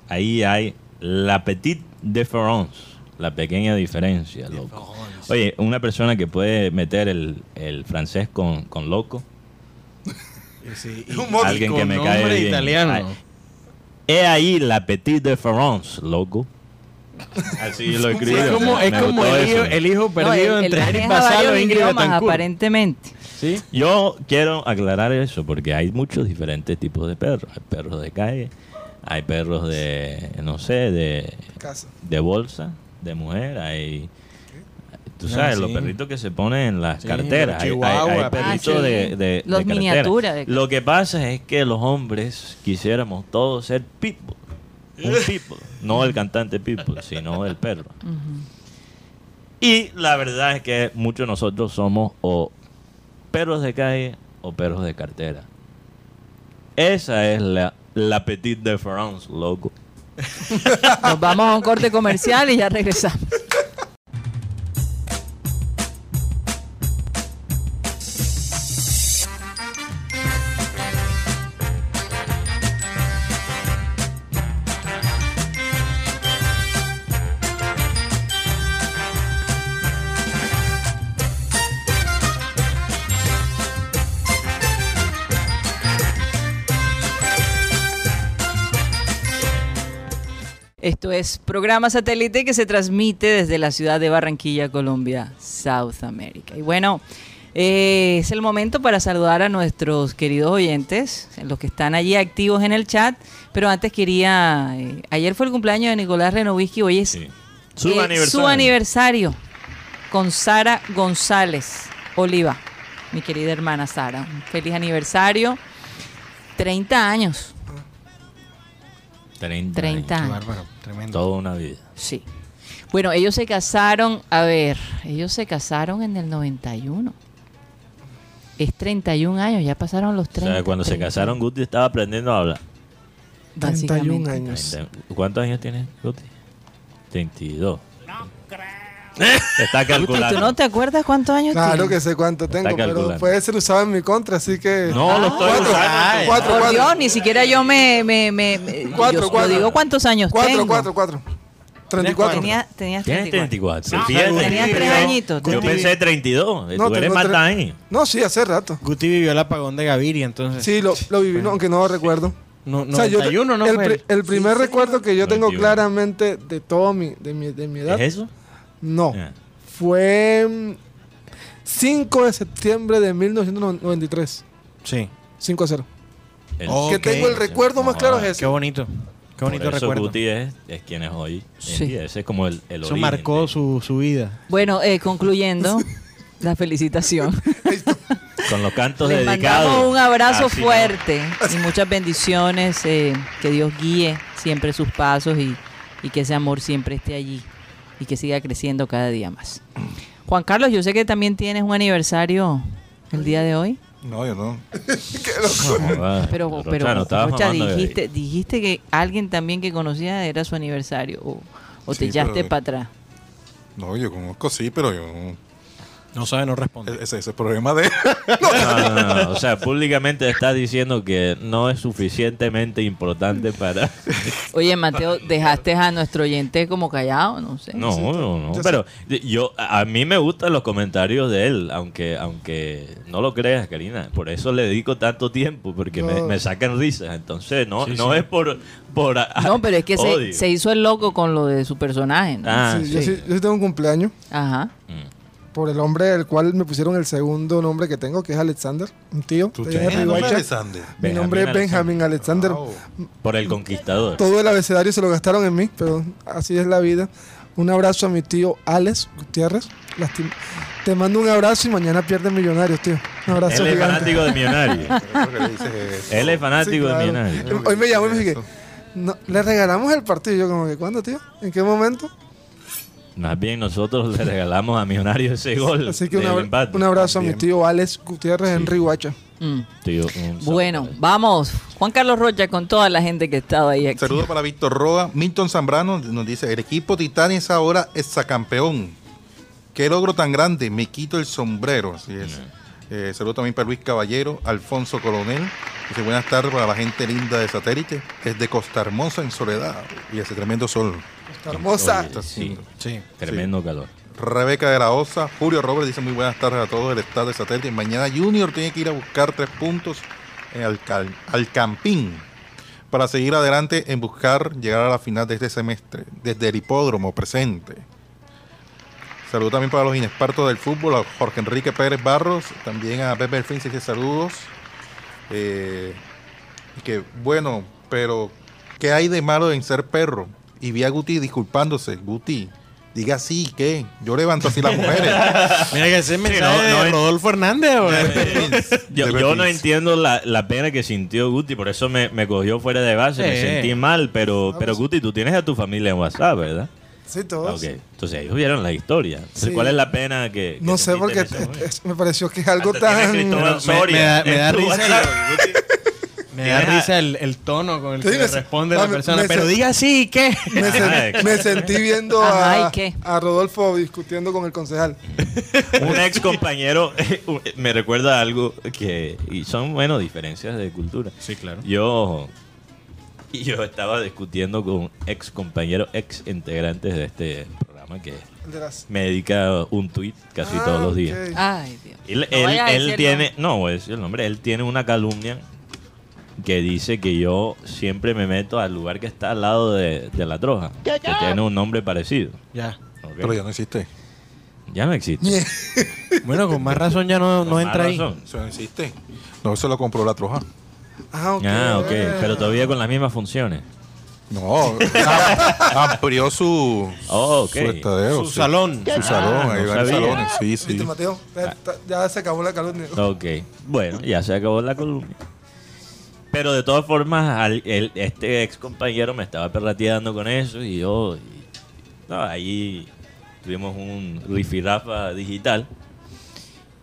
S4: Ahí hay la petite différence, la pequeña diferencia, loco. Oye, una persona que puede meter el, el francés con, con loco,
S1: Un módico
S4: alguien que me cae bien. Ah,
S5: italiano.
S4: Ay, He ahí la petite différence, loco. Así lo escribí.
S5: es como, es
S4: me
S5: como
S4: gustó
S5: el, hijo,
S4: eso.
S5: el hijo
S3: No,
S5: perdido
S3: él- él
S5: entre Eric
S3: maneja
S5: Basalo
S3: varios
S5: e Ingrid
S3: idiomas,
S5: Betancourt.
S3: aparentemente.
S5: ¿Sí?
S4: Yo quiero aclarar eso porque hay muchos diferentes tipos de perros. Hay perros de calle, hay perros de, no sé, de,
S6: Casa.
S4: de bolsa, de mujer, hay Tú sabes,
S5: Ah,
S4: los
S5: sí.
S4: perritos que se ponen en las
S5: Sí,
S4: carteras.
S5: los
S4: Hay, hay-
S5: chihuahua,
S4: hay
S5: ah,
S4: perritos
S3: sí.
S4: de, de-
S3: Los
S4: de cartera.
S3: miniaturas de-
S4: Lo que pasa es que los hombres quisiéramos todos ser people.
S5: *laughs*
S4: Un people. No el cantante people, sino el perro. Y la verdad es que muchos de nosotros somos o perros de calle o perros de cartera. Esa es la, la petite de France, loco.
S3: Nos vamos a un corte comercial y ya regresamos. Esto es programa satélite que se transmite desde la ciudad de Barranquilla, Colombia, South America. Y bueno, eh, es el momento para saludar a nuestros queridos oyentes, los que están allí activos en el chat. Pero antes quería, eh, ayer fue el cumpleaños de Nicolás Renovisky, hoy es
S4: Sí. Su
S3: eh,
S4: aniversario.
S3: su aniversario con Sara González Oliva, mi querida hermana Sara. Un feliz aniversario, 30 años, 30
S4: 30. años.
S5: Qué
S3: años.
S5: bárbaro, tremendo.
S4: Toda una vida.
S3: Sí. Bueno, ellos se casaron, a ver, ellos se casaron en el 91. Es 31 años, ya pasaron los
S4: O
S3: 30.
S4: sea, cuando se
S3: 30,
S4: casaron, Guti estaba aprendiendo a hablar.
S6: 31
S3: básicamente.
S6: años.
S4: ¿Cuántos años tienes, Guti? 32. No creo. *laughs* Está
S3: Guti, ¿Tú
S4: calculando.
S3: no te acuerdas cuántos años
S6: Claro que
S3: tienes?
S6: sé cuánto tengo, pero
S4: calculando.
S6: puede ser usado en mi contra, así que.
S4: No, lo estoy
S6: cuatro,
S4: usando.
S6: cuatro,
S3: Por
S6: cuatro,
S3: Oh, Dios, ni siquiera yo me... me, me- me-
S6: Cuatro,
S3: yo- yo
S6: cuatro.
S3: digo cuántos años
S6: cuatro,
S3: tengo.
S6: cuatro, cuatro. 34.
S3: Tenía, tenías
S4: Tienes
S3: 34.
S4: 34.
S5: No,
S4: Fíjate.
S5: tenía
S4: Yo-
S5: tres
S3: añitos,
S4: Yo
S3: Guti.
S4: pensé 32.
S6: No,
S4: Eh, Tú eres
S6: tengo
S4: más
S6: tres-
S4: time.
S6: No, sí, hace rato.
S5: Guti vivió el apagón de Gaviria, entonces.
S6: Sí, lo, lo viví, no, aunque no lo recuerdo.
S5: No,
S6: O sea, yo te-
S5: 91, ¿no?
S6: el,
S5: fue
S6: pri-
S5: él?
S6: el primer recuerdo que yo tengo
S4: 91.
S6: claramente de todo mi, de mi, de mi edad,
S4: ¿Es eso?
S6: no,
S4: Ah.
S6: fue mm, 5 de septiembre de 1993.
S5: Sí.
S6: 5 a 0.
S4: El-
S5: Oh, Ok.
S6: Que tengo el recuerdo más
S4: No,
S6: claro
S4: ah,
S6: es ese.
S5: Qué bonito. Qué bonito
S4: Por eso
S5: recuerdo.
S4: Guti es, es quien es hoy. en
S3: Sí.
S4: día. Ese es como el, el
S5: eso
S4: origen.
S5: marcó su, su vida.
S3: Bueno, eh, concluyendo,
S6: *laughs*
S3: la felicitación.
S4: Con los cantos
S3: Les mandamos
S4: dedicados.
S3: un abrazo
S4: Así, ¿no?
S3: fuerte y muchas bendiciones. eh, que Dios guíe siempre sus pasos y, y que ese amor siempre esté allí y que siga creciendo cada día más. Juan Carlos, yo sé que también tienes un aniversario el día de hoy,
S1: No, yo no.
S4: No, va,
S3: pero, pero
S4: Rochano, estabas
S3: Rocha,
S4: mamando de-
S3: dijiste, dijiste que alguien también que conocía era su aniversario o, o
S1: Sí,
S3: te echaste
S1: pero-
S3: para atrás.
S1: No, yo conozco sí, pero yo no. E-,
S5: No sabe, no responde.
S1: Ese ese es el problema de. *laughs*
S4: No, no, no, no. O sea, públicamente está diciendo que no es suficientemente
S3: *laughs*
S4: importante para.
S3: Oye, Mateo, dejaste a nuestro oyente como callado, no sé.
S4: No, no, no. Pero yo, a a mí me gustan los comentarios de él, aunque, aunque no lo creas, Karina. Por eso le dedico tanto tiempo, porque me,
S6: No.
S4: me sacan risas. Entonces, no, no es por. por
S3: No, pero es que se,
S4: odio.
S3: se hizo el loco con lo de su personaje. ¿no?
S4: Ah,
S6: Sí,
S4: sí.
S6: Yo, sí, yo sí tengo un cumpleaños
S3: Ajá.
S6: por el hombre del cual me pusieron el segundo nombre que tengo, que es Alexander, un tío.
S1: Tú
S6: de
S1: tienes
S4: Ah,
S6: allá de
S1: nombre,
S6: Riohacha.
S1: Alexander.
S6: Mi nombre es Benjamin Alexander.
S1: Wow.
S4: Por el conquistador.
S6: Todo el abecedario se lo gastaron en mí, pero así es la vida. Un abrazo a mi tío Alex Gutiérrez. Lastim- Te mando un abrazo y mañana pierde Millonarios, tío. Un abrazo
S4: Él es
S6: gigante.
S4: fanático de Millonario.
S6: *laughs*
S1: Creo que le dices eso.
S4: Él es
S6: Sí,
S4: fanático
S6: claro.
S4: de Millonario.
S6: Hoy me llamó y me dije, "No, le regalamos el partido. Y yo como que, ¿cuándo, tío? ¿En qué momento?
S4: Más bien, nosotros le regalamos a Millonario ese gol.
S6: Así que un,
S4: del
S6: abra-
S4: empate.
S6: un abrazo a mi
S1: Bien.
S6: tío Alex Gutiérrez en Riguacha.
S3: Mm.
S4: Tío, un saludo.
S3: Bueno, vamos. Juan Carlos Rocha con toda la gente que ha estado ahí. Aquí.
S1: Saludos para Víctor Roa. Milton Zambrano nos dice, el equipo Titán es ahora exacampeón. Qué logro tan grande, me quito el sombrero. Así es. Eh, saludos también para Luis Caballero, Alfonso Coronel. Dice, buenas tardes para la gente linda de satélite, desde Costa Hermosa en Soledad. Y ese tremendo sol.
S6: Está hermosa.
S4: Oye, sí,
S5: Sí.
S4: tremendo calor.
S1: Rebeca de la Osa, Julio Robert dice muy buenas tardes a todos del estado de satélite. Mañana Junior tiene que ir a buscar tres puntos en al, cal- al campín para seguir adelante en buscar llegar a la final de este semestre, desde el hipódromo presente. Saludo también para los inexpertos del fútbol, a Jorge Enrique Pérez Barros, también a Pepe Elfín, dice saludos. Eh, y que bueno, pero ¿qué hay de malo en ser perro? Y vi a Guti disculpándose. Guti, Diga así, ¿qué? Yo levanto así las
S4: *laughs*
S1: mujeres.
S5: Mira que ese mensaje
S4: no, no
S5: de
S4: es-
S5: Rodolfo Hernández, güey.
S4: Yo,
S1: De
S4: yo no
S1: repente.
S4: entiendo la, la pena que sintió Guti, por eso me, me cogió fuera de base, me
S5: Sí.
S4: sentí mal, pero, pero
S6: pues-
S4: Guti, tú tienes a tu familia en WhatsApp, ¿verdad?
S6: Sí,
S4: Ah,
S6: todos.
S4: ok. Entonces ellos vieron la historia. Entonces,
S6: Sí.
S4: ¿Cuál es la pena que... que
S6: No sé
S4: sentiste
S6: porque
S4: en ese momento?
S6: me pareció que es algo
S4: Hasta tienes a
S6: tan...
S4: Cristóbal
S5: Me-
S4: Soria
S5: me da- me
S4: en
S5: da
S4: tu
S5: risa
S4: WhatsApp, Guti.
S5: Me da
S4: Mira.
S5: risa el, el tono con el
S6: Sí,
S5: que
S6: me-
S5: le responde la
S6: me-
S5: persona.
S6: me-
S5: Pero diga sí, *laughs* ¿qué?
S4: Ah,
S6: Me, sen-
S4: Ajá.
S6: me sentí viendo
S3: Ajá,
S6: a,
S3: ¿y qué?
S6: a Rodolfo discutiendo con el concejal.
S4: Un ex compañero *laughs* me recuerda algo que. Y son, bueno, diferencias de cultura.
S5: Sí, claro.
S4: Yo. *laughs* Yo estaba discutiendo con ex compañeros, ex integrantes de este programa que
S6: El de las-
S4: me dedica un tweet casi
S6: Ah,
S4: todos los
S6: ok.
S4: días.
S3: Ay, Dios.
S4: Él,
S3: No
S4: él-
S3: vayas a
S4: él
S3: decirlo.
S4: tiene, no voy a decir el nombre, él tiene una calumnia que dice que yo siempre me meto al lugar que está al lado de, de la troja, que tiene un nombre parecido.
S5: Ya.
S4: ¿ok?
S1: Pero ya no existe.
S4: Ya no existe.
S5: Bueno, con más razón ya no, no
S4: Con más
S5: entra ahí.
S4: razón.
S1: Eso no existe. No, eso lo compró la troja.
S6: Ah, ok.
S4: Ah, ok, pero todavía con las mismas funciones. *laughs*
S1: No, am- amplió su,
S4: Oh, ok.
S1: su estadero.
S5: Su
S1: sí.
S5: salón.
S1: Su salón,
S4: Ah,
S1: hay
S4: no
S1: varios
S4: sabía.
S1: salones, sí, sí.
S6: Viste, Mateo,
S4: Ah.
S6: ya, ya se acabó la calumnia.
S4: Ok, bueno, ya se acabó la columna. Pero de todas formas, al- el- este ex compañero me estaba perrateando con eso y yo. y- no, ahí tuvimos un rifirrafa digital.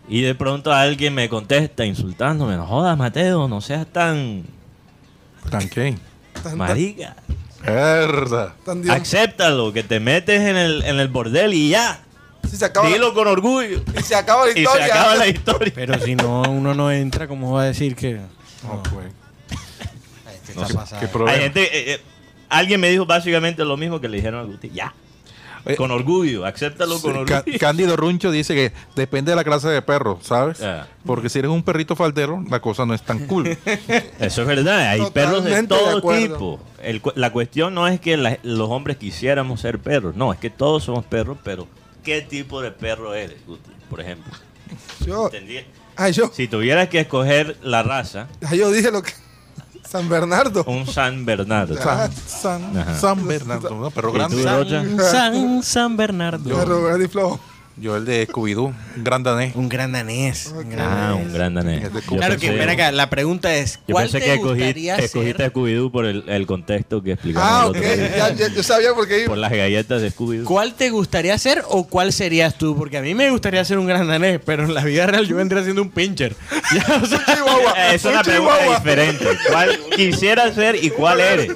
S4: Y de pronto alguien me contesta insultándome: No jodas, Mateo, no seas tan
S1: ¿Tan qué?
S6: Tan-
S4: marica.
S1: Mierda.
S6: tan- tan-
S4: Acéptalo, que te metes en el, en el bordel y ya.
S6: Si se acaba,
S4: Dilo con orgullo.
S6: y se acaba la
S4: Y se
S6: historia.
S4: acaba la historia.
S5: Pero si no, uno no entra, ¿cómo va a decir que.?
S1: No, pues.
S5: No
S1: ¿Qué,
S5: sé.
S1: qué
S4: Hay
S1: problema?
S4: gente, eh, eh, alguien me dijo básicamente lo mismo que le dijeron a Guti. Ya.
S1: Oye,
S4: con orgullo, acéptalo con
S1: Sí,
S4: orgullo.
S1: Cá-
S6: *laughs*
S1: Cándido Runcho dice que depende de la clase de perro, ¿sabes?
S4: Ah.
S1: Porque si eres un perrito faldero, la cosa no es tan
S4: *laughs*
S1: cool.
S4: Eso es verdad, hay perros de
S6: Totalmente de
S4: todo
S6: acuerdo.
S4: tipo. El cu- la cuestión no es que la- los hombres quisiéramos ser perros, no, es que todos somos perros, pero ¿qué tipo de perro eres, Guti? Por ejemplo.
S6: Yo,
S4: ¿Entendí?
S6: ah, yo,
S4: Si tuvieras que escoger la raza,
S6: ah, yo dije lo que. San Bernardo.
S4: un San Bernardo.
S6: Ah, San,
S4: Ajá.
S1: San Bernardo, un perro
S4: ¿Y tú,
S1: grande.
S4: Rocha?
S5: San, San Bernardo.
S6: Perro grande y flojo.
S1: Yo el de Scooby-Doo, un gran danés.
S5: Un gran danés. un gran
S4: Ah,
S5: danés.
S4: un gran danés.
S1: Es de
S4: Yo
S1: Cuba.
S5: Claro que,
S4: pensé-
S5: mira acá, la pregunta es:
S4: Yo
S5: ¿cuál
S4: pensé que
S5: te
S4: escogí-
S5: gustaría
S4: escogiste a
S5: ser?
S4: Scooby-Doo por el, el contexto que explicamos
S6: Ah,
S4: el
S6: ok.
S4: otro día.
S6: Ya, ya- yo sabía por qué iba.
S4: Por las galletas de Scooby-Doo.
S5: ¿Cuál te gustaría ser o cuál serías tú? Porque a mí me gustaría ser un gran danés, pero en la vida real yo vendría siendo un pincher. *laughs* Ya, o sea,
S6: Chihuahua.
S4: Eh, *laughs* Es una
S6: un
S4: pregunta
S6: chihuahua.
S4: diferente. ¿Cuál quisiera ser y cuál eres?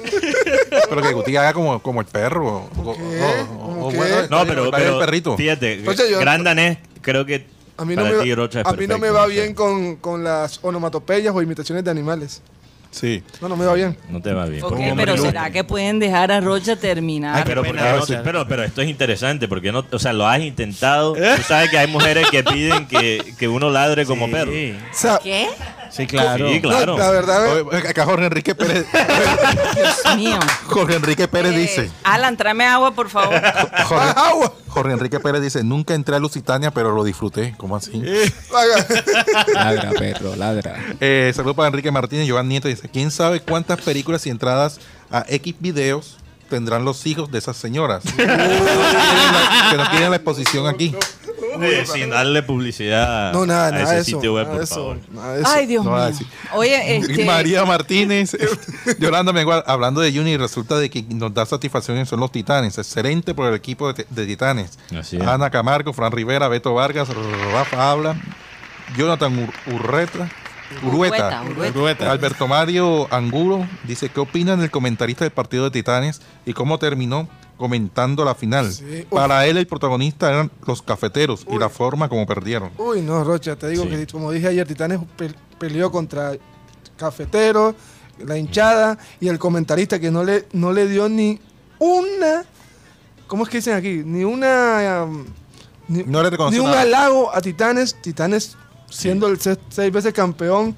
S1: Pero que Guti haga como, como el perro. o-
S6: qué?
S1: o-
S6: ¿Cómo
S1: o-
S6: qué?
S1: bueno,
S4: No,
S1: el-
S4: pero,
S1: el-
S4: pero
S1: el perrito.
S4: fíjate,
S6: Entonces yo-
S4: Gran Danés, creo que
S6: A mí, no
S4: para
S6: me,
S4: ti, Rocha, es
S6: a mí no
S4: perfecto,
S6: me va
S4: o sea,
S6: bien con, con las onomatopeyas o imitaciones de animales.
S1: Sí.
S6: No, no me va bien.
S4: No te va bien.
S3: Ok,
S4: Como hombre
S3: pero
S4: ilustre.
S3: ¿será que pueden dejar a Rocha terminar?
S5: Ay,
S4: Pero,
S5: Qué
S4: porque
S5: pena,
S4: no-
S5: Rocha.
S4: pero, pero esto es interesante porque no, o sea, lo has intentado.
S6: ¿Eh?
S4: Tú sabes que hay mujeres que piden que, que uno ladre como perro.
S5: Sí,
S6: O sea,
S3: ¿Qué?
S5: sí, claro.
S4: Sí,
S6: no,
S4: claro.
S6: la verdad,
S1: Oye, Acá Jorge Enrique
S6: *laughs*
S1: Pérez,
S3: Dios mío.
S1: Jorge Enrique Pérez
S3: Eh,
S1: dice.
S3: Alan, tráeme agua, por favor.
S1: Jorge, Jorge Enrique Pérez dice, nunca entré a Lusitania, pero lo disfruté. ¿Cómo así?
S4: Eh.
S7: Ladra, perro, ladra.
S1: Eh, saludo para Enrique Martínez, Joan Nieto dice, ¿quién sabe cuántas películas y entradas a X videos tendrán los hijos de esas
S4: *laughs*
S1: señoras? que, no quieren la, que no quieren la exposición aquí.
S4: Eh, sin darle
S1: Ah,
S4: publicidad
S6: no, nada,
S4: a
S6: nada
S4: ese
S6: de eso.
S4: sitio web,
S6: nada
S4: por
S6: de eso,
S4: favor.
S6: nada de eso.
S3: Ay, Dios
S1: No,
S3: mío.
S1: así.
S3: Oye, este, *laughs*
S1: María Martínez, este, Yolanda Mengual, hablando de Juni, resulta de que nos da satisfacción son los Titanes. Excelente por el equipo de, de Titanes.
S4: Así es.
S1: Ana Camargo, Fran Rivera, Beto Vargas, Rafa Habla, Jonathan Ur- Urreta. Urueta,
S3: Urueta, Urueta.
S1: Alberto Mario Angulo dice, ¿qué opinan del comentarista del partido de Titanes y cómo terminó comentando la final?
S6: Sí. Uf.
S1: Para él el protagonista eran los cafeteros y la forma como perdieron.
S6: Uy, no, Rocha, te digo que como dije ayer, Titanes pe- peleó contra Cafetero, la hinchada y el comentarista que no le, no le dio ni una. ¿Cómo es que dicen aquí? Ni una. um, ni,
S1: No le
S6: ni
S1: reconoció
S6: un
S1: nada.
S6: halago a Titanes. Titanes siendo el se- seis veces campeón.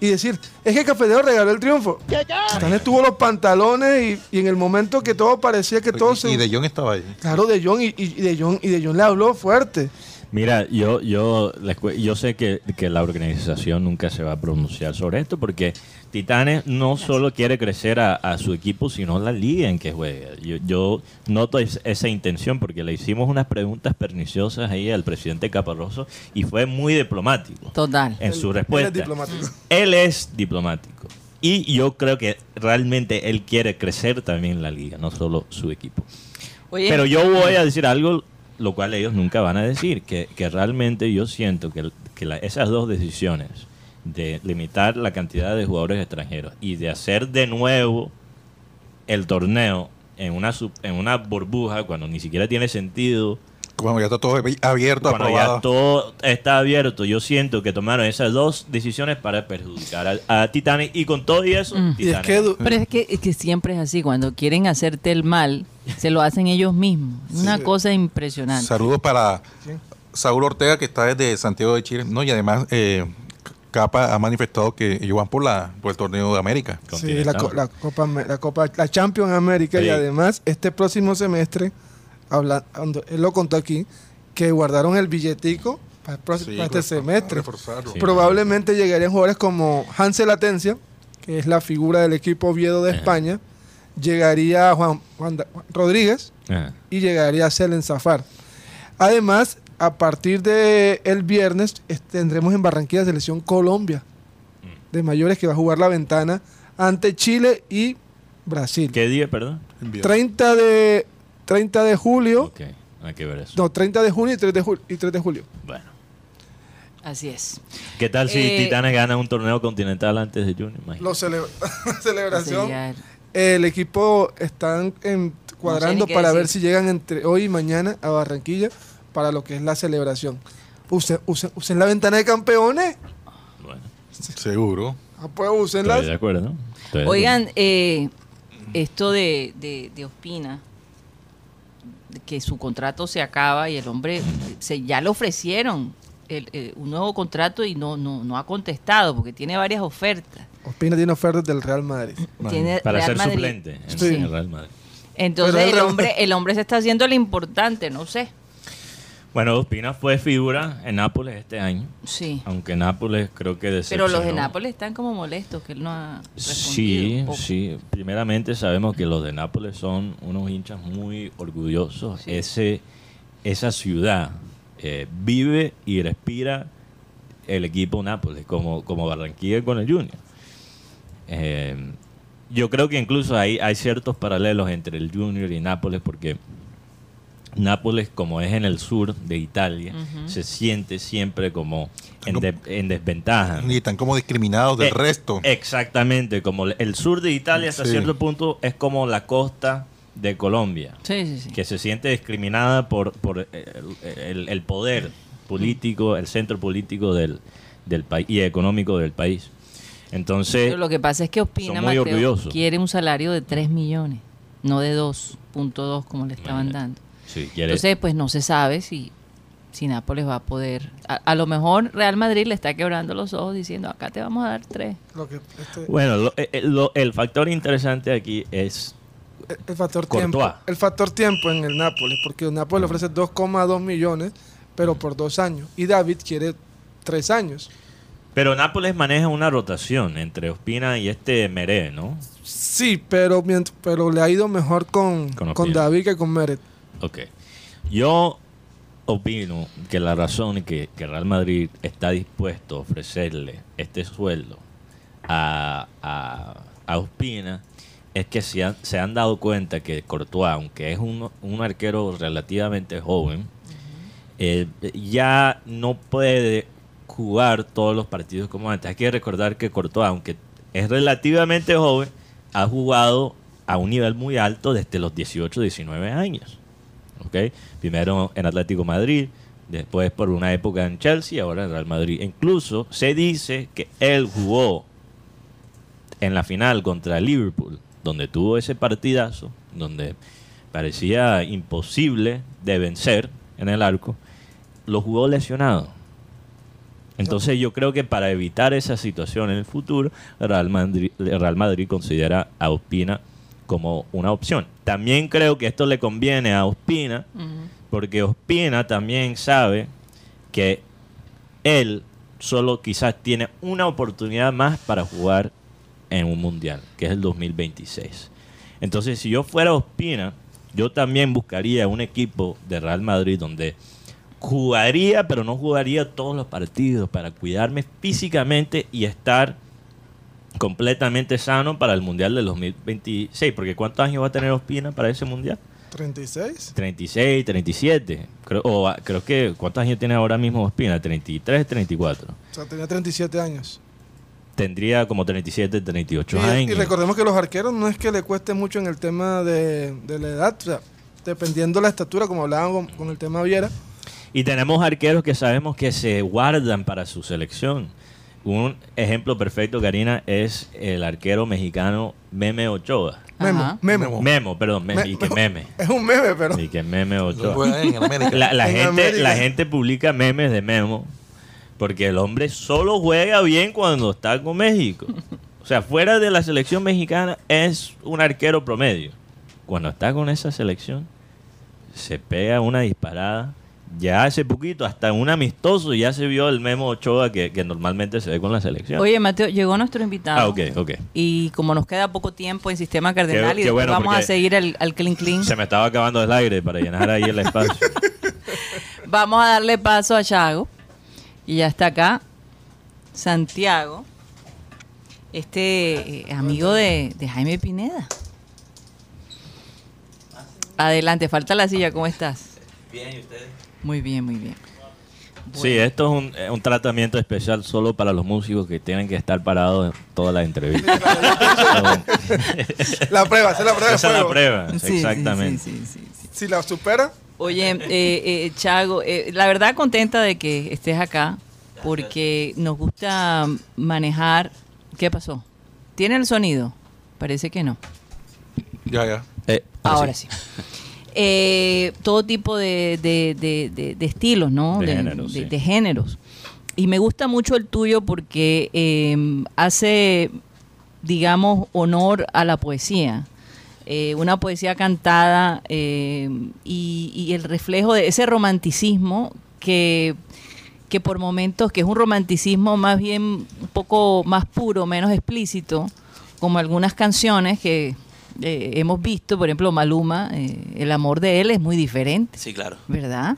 S6: Y decir, es que Cafetero regaló el triunfo. Titanes tuvo los pantalones y, y en el momento que todo parecía que todo se.
S1: Y De Jong estaba ahí.
S6: Claro, De Jong y, y De Jong y De Jong le habló fuerte.
S4: Mira, yo, yo, les cue- yo sé que, que la organización nunca se va a pronunciar sobre esto porque Titanes no solo quiere crecer a, a su equipo, sino la liga en que juega. Yo, yo noto es- esa intención porque le hicimos unas preguntas perniciosas ahí al presidente Caparroso y fue muy diplomático
S3: Total.
S4: en su
S6: Él- él es
S4: respuesta.
S6: diplomático.
S4: Él es diplomático. Y yo creo que realmente él quiere crecer también la liga, no solo su equipo.
S3: Oye,
S4: Pero yo voy a decir algo, lo cual ellos nunca van a decir, que, que realmente yo siento que, que la- esas dos decisiones de limitar la cantidad de jugadores extranjeros y de hacer de nuevo el torneo en una, sub- en una burbuja cuando ni siquiera tiene sentido,
S1: Como ya está todo abierto,
S4: cuando ya
S1: aprobado.
S4: todo está abierto, yo siento que tomaron esas dos decisiones para perjudicar a, a Titanic y con todo y eso,
S6: Y es
S4: Titanic.
S6: que du-
S3: Pero es que, es que siempre es así, cuando quieren hacerte el mal, se lo hacen ellos mismos. Una cosa impresionante.
S1: Saludos para Saúl Ortega, que está desde Santiago de Chile. No, y además, eh, Capa ha manifestado que ellos van por, la, por el torneo de América.
S6: Sí, la,
S4: Continental.
S6: co- la Copa, Am- la Copa, la Champions América
S4: Sí.
S6: y además este próximo semestre, habla, ando- él lo contó aquí, que guardaron el billetico para, el próximo-
S1: Sí,
S6: para
S4: pues,
S1: claro,
S6: este semestre.
S1: reforzarlo.
S4: Sí.
S6: Probablemente llegarían jugadores como Hansel Atencia, que es la figura del equipo Oviedo de España, llegaría Juan, Juan Da- Juan Rodríguez
S4: Ajá.
S6: y llegaría Selen Zafar. Además, a partir de el viernes es- tendremos en Barranquilla Selección Colombia
S4: Mm.
S6: de mayores que va a jugar la ventana ante Chile y Brasil.
S4: ¿Qué día, perdón?
S1: Bien.
S6: 30 de 30 de julio,
S4: Ok, hay que ver eso.
S6: no, 30 de junio y 3 de julio y 3 de julio.
S4: Bueno.
S3: Así es.
S4: ¿Qué tal si
S3: Eh,
S4: Titanes gana un torneo continental antes de Junior? Imagínate.
S6: Lo cele- *laughs* celebración
S3: Sería-
S6: El equipo están en- cuadrando
S3: ni qué
S6: para ver si
S3: decir.
S6: llegan entre hoy y mañana a Barranquilla para lo que es la celebración. Usen, usen- usen la ventana de campeones.
S4: Bueno,
S1: Seguro.
S6: Ah, pues usenla.
S4: estoy de acuerdo. Estoy de
S3: Oigan, eh, esto de, de, de Ospina, de que su contrato se acaba y el hombre se, ya le ofrecieron el, eh, un nuevo contrato y no, no, no ha contestado porque tiene varias ofertas.
S6: Ospina tiene ofertas del Real Madrid.
S3: Tiene
S4: para
S3: Real
S4: ser
S3: Madrid.
S4: suplente en
S6: Sí.
S4: el Real Madrid.
S3: Entonces
S6: Pero
S3: el
S6: el-
S3: hombre, el hombre se está haciendo lo importante, no sé.
S4: Bueno, Ospina fue figura en Nápoles este año,
S3: Sí.
S4: aunque Nápoles creo que
S3: Pero los de
S4: decepcionó.
S3: Nápoles están como molestos que él no ha respondido.
S4: Sí,
S3: un poco.
S4: sí. Primeramente sabemos que los de Nápoles son unos hinchas muy orgullosos.
S3: Sí.
S4: Ese, esa ciudad eh, vive y respira el equipo Nápoles, como, como Barranquilla con el Junior. Eh, yo creo que incluso hay, hay ciertos paralelos entre el Junior y Nápoles porque Nápoles, como es en el sur de Italia, se siente siempre como en, de- en desventaja.
S1: Y están como discriminados del
S4: Eh,
S1: resto.
S4: Exactamente, como el- el sur de Italia hasta
S1: Sí.
S4: cierto punto es como la costa de Colombia,
S3: Sí, sí, sí.
S4: que se siente discriminada por, por el, el- el poder político, el centro político del, del país y económico del país. Entonces,
S3: Pero lo que pasa es que Ospina
S4: son muy
S3: Mateo
S4: orgullosos.
S3: quiere un salario de 3 millones, no de 2.2 como le estaban
S4: Imagínate.
S3: dando.
S4: si quieres-
S3: Entonces, pues no se sabe si, si Nápoles va a poder. A, a lo mejor Real Madrid le está quebrando los ojos diciendo, acá te vamos a dar 3.
S6: Lo que, este-
S4: bueno, lo- eh, eh, lo- el factor interesante aquí es
S6: el- e, el factor
S4: Courtois. Mm.
S6: tiempo. El factor tiempo en el Nápoles, porque el Nápoles le ofrece 2,2 millones, pero por dos años. Y David quiere tres años.
S4: pero Nápoles maneja una rotación entre Ospina y este Meré, ¿no?
S6: Sí, pero, mient- pero le ha ido mejor con,
S4: Con
S6: con,
S4: Ospina.
S6: David que con Meret.
S4: Ok. Yo opino que la razón que, que Real Madrid está dispuesto a ofrecerle este sueldo a, a, a Ospina es que se han, se han dado cuenta que Courtois, aunque es un, un arquero relativamente joven, eh, ya no puede jugar todos los partidos como antes. Hay que recordar que Courtois, aunque es relativamente joven, ha jugado a un nivel muy alto desde los 18, 19 años. ¿ok? Primero en Atlético Madrid, después por una época en Chelsea, ahora en Real Madrid. Incluso se dice que él jugó en la final contra Liverpool, donde tuvo ese partidazo, donde parecía imposible de vencer en el arco, lo jugó lesionado. Entonces yo creo que para evitar esa situación en el futuro, Real Madrid, Real Madrid considera a Ospina como una opción. También creo que esto le conviene a Ospina, porque Ospina también sabe que él solo quizás tiene una oportunidad más para jugar en un mundial, que es el 2026. Entonces, si yo fuera Ospina, yo también buscaría un equipo de Real Madrid donde jugaría, pero no jugaría todos los partidos para cuidarme físicamente y estar completamente sano para el Mundial del 2026. Porque ¿cuántos años va a tener Ospina para ese Mundial?
S6: ¿36?
S4: 36, 37. Creo, o, ah, creo que ¿cuántos años tiene ahora mismo Ospina? 33, 34.
S6: O sea, tenía 37 años.
S4: Tendría como 37, 38
S6: Y, y
S4: años.
S6: recordemos que los arqueros no es que le cueste mucho en el tema de, de la edad, o sea, dependiendo la estatura, como hablaban con, con el tema Viera.
S4: Y tenemos arqueros que sabemos que se guardan para su selección. Un ejemplo perfecto, Karina, es el arquero mexicano Meme Ochoa.
S6: Memo,
S3: Ajá.
S6: memo.
S4: Memo, perdón, Meme, y que Meme.
S6: Es un meme, pero
S4: Y que Meme
S1: No
S4: Ochoa.
S1: juega en el América.
S4: eh, La, la
S6: En
S4: gente,
S6: América.
S4: la gente publica memes de Memo porque el hombre solo juega bien cuando está con México. O sea, fuera de la selección mexicana es un arquero promedio. Cuando está con esa selección, se pega una disparada. Ya hace poquito, hasta un amistoso, ya se vio el Memo Ochoa que, que normalmente se ve con la selección.
S3: Oye, Mateo, llegó nuestro invitado.
S4: ah, ok, ok.
S3: Y como nos queda poco tiempo en Sistema Cardenal
S4: Qué-
S3: y
S4: qué
S3: después
S4: bueno,
S3: vamos a
S4: porque-
S3: seguir al, al Clean Clean,
S4: Se me estaba acabando el aire para llenar ahí el espacio.
S3: vamos a darle paso a Chago. Y ya está acá Santiago, este eh, amigo de, de Jaime Pineda. Adelante, falta la silla, ¿cómo estás?
S4: Bien, ¿y ustedes?
S3: Muy bien, muy bien.
S4: Sí, esto es un, eh, un tratamiento especial solo para los músicos que tienen que estar parados en toda la entrevista.
S6: la prueba, esa es *laughs* la prueba. de
S4: Esa es la
S6: fuego.
S4: prueba,
S3: Sí, sí,
S4: exactamente.
S3: sí, sí, sí, sí.
S6: Si la supera,
S3: Oye, eh, eh, Chago, eh, la verdad contenta de que estés acá porque nos gusta manejar. ¿Qué pasó? ¿Tiene el sonido? Parece que no.
S1: Ya, ya.
S4: Eh,
S3: Ahora sí. Eh, todo tipo de, de- de- de- de estilos, ¿no?
S4: De géneros, sí.
S3: de géneros. Y me gusta mucho el tuyo porque eh, hace, digamos, honor a la poesía. Eh, una poesía cantada eh, y, y el reflejo de ese romanticismo que, que por momentos, que es un romanticismo más bien un poco más puro, menos explícito, como algunas canciones que eh, hemos visto, por ejemplo, Maluma, eh, el amor de él es muy diferente.
S2: Sí, claro.
S3: ¿verdad?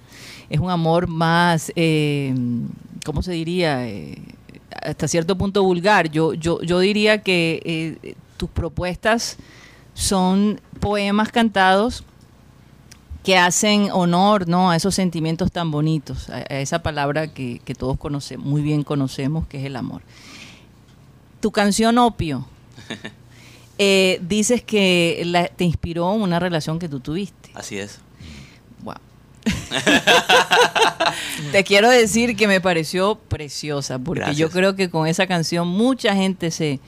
S3: Es un amor más, eh, ¿cómo se diría? Eh, hasta cierto punto vulgar. Yo, yo, yo diría que eh, tus propuestas son poemas cantados que hacen honor ¿no? a esos sentimientos tan bonitos, a, a esa palabra que, que todos conocemos, muy bien conocemos, que es el amor. Tu canción Opio, eh, dices que la- te inspiró una relación que tú tuviste.
S2: Así es.
S3: Wow. *laughs* Te quiero decir que me pareció preciosa, porque yo
S2: Gracias.
S3: creo que con esa canción mucha gente se,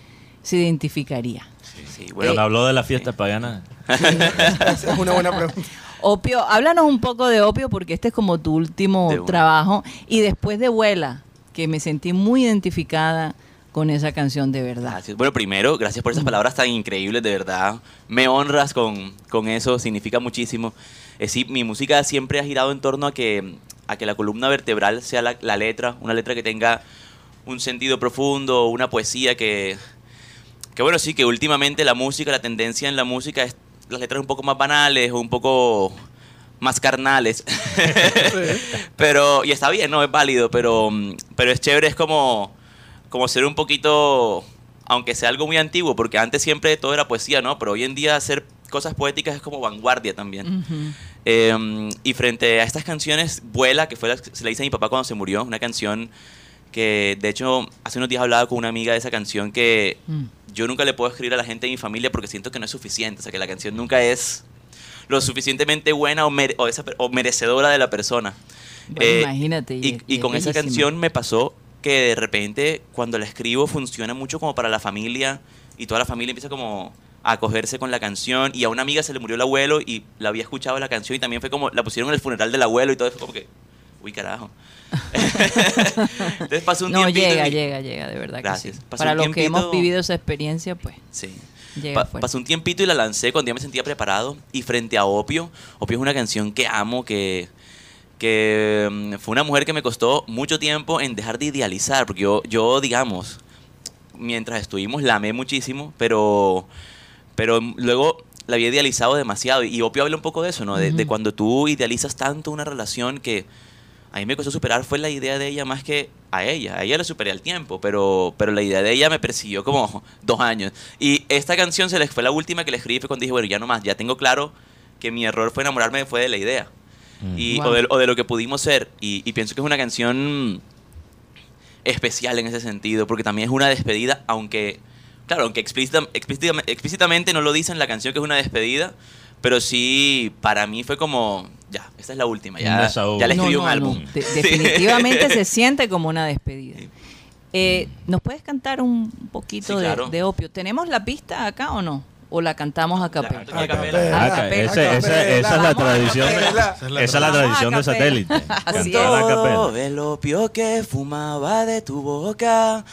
S3: se identificaría.
S2: Sí,
S4: bueno,
S2: bueno,
S3: Eh,
S4: habló de la fiesta pagana.
S6: es es una buena pregunta.
S3: Opio, háblanos un poco de Opio, porque este es como tu último
S2: De una.
S3: trabajo. Y después de Vuela, que me sentí muy identificada con esa canción de verdad.
S2: gracias. Bueno, primero, gracias por esas palabras tan increíbles, de verdad. Me honras con, con eso, significa muchísimo. Eh, sí, mi música siempre ha girado en torno a que, a que la columna vertebral sea la, la letra, una letra que tenga un sentido profundo, una poesía que, que bueno, sí, que últimamente la música, la tendencia en la música es las letras un poco más banales o un poco más carnales. *laughs* pero, y está bien, no es válido, pero, mm, pero es chévere, es como, como ser un poquito, aunque sea algo muy antiguo, porque antes siempre todo era poesía, ¿no? Pero hoy en día hacer cosas poéticas es como vanguardia también.
S3: Ujú.
S2: Eh, y frente a estas canciones, Vuela, que fue la que se la hice a mi papá cuando se murió, una canción que de hecho hace unos días hablaba con una amiga de esa canción que
S3: Mm.
S2: yo nunca le puedo escribir a la gente de mi familia porque siento que no es suficiente, o sea que la canción nunca es lo suficientemente buena o, mere- o esa per- o merecedora de la persona.
S3: Bueno,
S2: Eh,
S3: imagínate.
S2: Y,
S3: es-
S2: y
S3: es
S2: con esa
S3: bellísima.
S2: canción me pasó que de repente cuando la escribo funciona mucho como para la familia y toda la familia empieza como a acogerse con la canción y a una amiga se le murió el abuelo y la había escuchado la canción y también fue como la pusieron en el funeral del abuelo y todo eso como que
S3: *laughs*
S2: uy carajo *laughs* entonces pasó un
S3: No,
S2: tiempito y
S3: llega,
S2: mi-
S3: llega, llega, de verdad
S2: Gracias.
S3: que sí.
S2: Pasó
S3: Para
S2: un
S3: los que hemos
S2: tiempito-
S3: vivido esa experiencia, pues
S2: sí
S3: llega
S2: Pa-
S3: fuerte.
S2: pasó un tiempito y la lancé cuando ya me sentía preparado. Y frente a Opio, Opio es una canción que amo, que, que mm, fue una mujer que me costó mucho tiempo en dejar de idealizar, porque yo, yo digamos, mientras estuvimos la amé muchísimo, pero, pero luego la había idealizado demasiado. Y Opio habla un poco de eso, ¿no? De, de
S9: Ujú.
S2: cuando tú idealizas tanto una relación que a mí me costó superar fue la idea de ella más que a ella. A ella la superé al tiempo, pero, pero la idea de ella me persiguió como *laughs* dos años. Y esta canción se les fue la última que le escribí fue cuando dije, bueno, ya no más, ya tengo claro que mi error fue enamorarme fue de la idea.
S4: Mm.
S2: Y,
S9: Wow.
S2: o, de, o de lo que pudimos ser. Y, y pienso que es una canción especial en ese sentido, porque también es una despedida, aunque, claro, aunque explícita- explícitam- explícitamente no lo dice en la canción que es una despedida, pero sí, para mí fue como, ya, esta es la última,
S4: Un
S2: ya,
S4: desahogo.
S2: ya le
S4: No,
S2: escribí
S4: escribió
S2: un álbum.
S3: de- definitivamente se siente como una despedida. Eh, ¿Nos puedes cantar un poquito
S2: Sí,
S3: de-
S2: claro.
S3: de, opio? ¿tenemos la pista acá o no? ¿O la cantamos a capela?
S2: canto a eh, capela.
S4: Ah,
S3: a
S4: ca-
S3: capela.
S4: ese- esa, esa es la
S3: Vamos a
S4: tradición. de-
S6: capela.
S4: Esa es la, tradición de
S3: Vamos a
S4: satélite.
S3: capela.
S4: *laughs*
S3: Así
S4: cantar a capela.
S2: Todo el opio que fumaba de tu boca,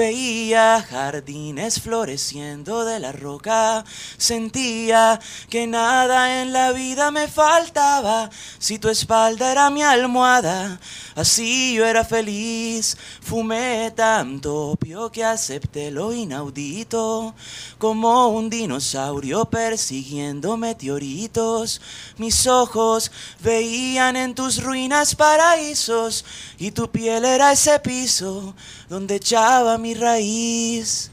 S2: veía jardines floreciendo de la roca, sentía que nada en la vida me faltaba, si tu espalda era mi almohada, así yo era feliz, fumé tanto opio que acepté lo inaudito, como un dinosaurio persiguiendo meteoritos, mis ojos veían en tus ruinas paraísos y tu piel era ese piso donde echaba mi raíz.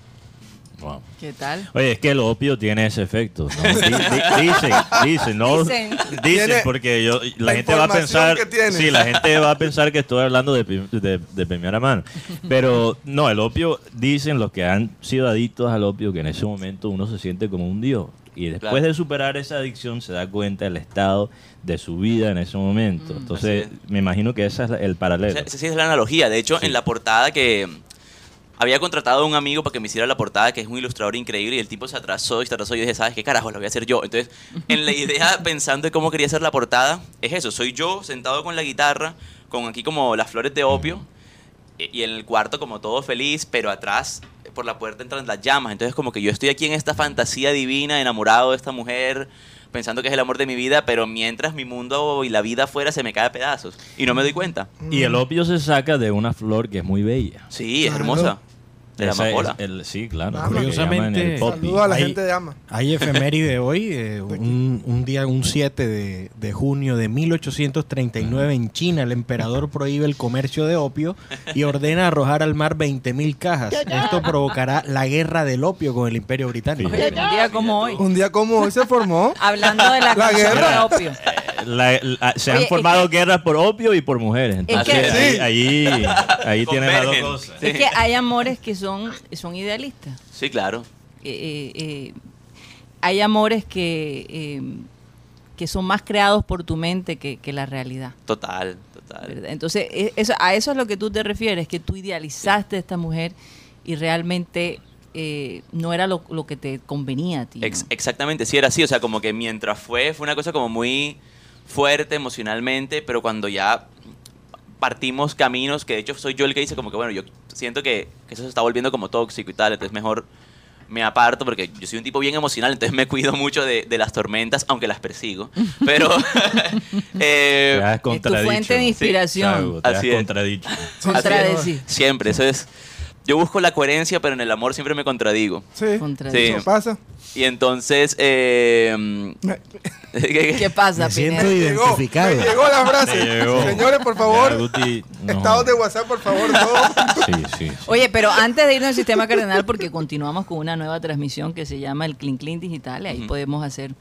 S4: Wow.
S3: ¿Qué tal?
S4: Oye, es que el opio tiene ese efecto. ¿no? Di- di- dicen, dicen, no.
S3: Dicen.
S4: Dicen,
S6: Tiene
S4: porque yo,
S6: la
S4: la, gente va a
S6: información
S4: pensar.
S6: que tiene.
S4: Sí, la gente va a pensar que estoy hablando de, prim- de- de primera mano. Pero no, el opio, dicen los que han sido adictos al opio, que en ese momento uno se siente como un dios. Y después
S2: Claro.
S4: de superar esa adicción, se da cuenta del estado de su vida en ese momento. Entonces,
S2: Mm, Así
S4: me imagino que ese es la- el
S2: O
S4: paralelo.
S2: sea, Esa sí es la analogía. De hecho, en la portada que mm, había contratado a un amigo para que me hiciera la portada, que es un ilustrador increíble, y el tipo se atrasó y se atrasó. Y yo dije, ¿sabes qué carajo? Lo voy a hacer yo. Entonces, en la idea, pensando en cómo quería hacer la portada, es eso: soy yo sentado con la guitarra, con aquí como las flores de opio. e, y- y en el cuarto como todo feliz, pero atrás eh, por la puerta entran las llamas. Entonces como que yo estoy aquí en esta fantasía divina, enamorado de esta mujer, pensando que es el amor de mi vida, pero mientras mi mundo y la vida afuera se me cae a pedazos y no me doy cuenta.
S4: Y el opio se saca de una flor que es muy bella.
S2: Sí, es
S6: Claro.
S2: hermosa. De la
S4: Esa es
S2: amapola.
S4: el- sí, claro.
S6: Ama.
S4: lo que llaman el
S5: Curiosamente-
S4: poppy.
S6: Ah, Saludo a la
S5: Ahí-
S6: gente de Ama.
S5: Hay efeméride hoy, eh, un, un día, un 7 de, de junio de 1839 en China, el emperador prohíbe el comercio de opio y ordena arrojar al mar 20.000 cajas. Esto provocará la guerra del opio con el imperio británico.
S4: Sí.
S3: Oye, un día como hoy.
S6: Un día como hoy se formó.
S3: Hablando de la,
S6: La
S3: canción
S6: guerra.
S3: de opio.
S4: La- la- se han
S3: Oye, es
S4: formado guerras por opio y por mujeres. Entonces,
S3: que-
S4: ahí, ahí,
S2: *laughs*
S4: ahí tienen las dos
S2: Convergen.
S4: cosas.
S3: Es que hay amores que son, son idealistas.
S2: Sí, claro.
S3: eh, eh, eh, hay amores que, eh, que son más creados por tu mente que, que la realidad.
S2: Total, total.
S3: ¿verdad? Entonces, e- eso- a eso es lo que tú te refieres, que tú idealizaste a esta mujer y realmente eh, no era lo, lo que te convenía a ti. ¿no?
S2: Ex- exactamente, sí era así, o sea, como que mientras fue, fue una cosa como muy fuerte emocionalmente, pero cuando ya partimos caminos, que de hecho soy yo el que dice como que, bueno, yo siento que, que eso se está volviendo como tóxico y tal, entonces mejor me aparto porque yo soy un tipo bien emocional, entonces me cuido mucho de, de las tormentas, aunque las persigo, pero... *laughs* eh,
S4: Te has
S3: Es tu fuente de
S4: contradicho.
S3: inspiración.
S4: Claro, te has
S2: Así es.
S4: contradicho.
S3: Contradecir.
S2: siempre, eso es... Yo busco la coherencia, pero en el amor siempre me contradigo.
S6: Sí.
S3: Contradicción.
S6: Eso pasa.
S2: Y entonces... eh,
S3: *laughs* ¿Qué pasa,
S5: Me siento
S3: Pineda?
S6: Llegó, me
S5: identificado.
S6: llegó la frase.
S4: Te llegó.
S6: Señores, por
S4: Ya,
S6: favor,
S4: Guti, no.
S6: estados de WhatsApp, por favor, todos.
S4: Sí, sí, sí.
S3: Oye, pero antes de irnos al sistema cardenal, porque continuamos con una nueva transmisión que se llama el Clean Clean Digital, y ahí
S2: Ujú.
S3: podemos hacer,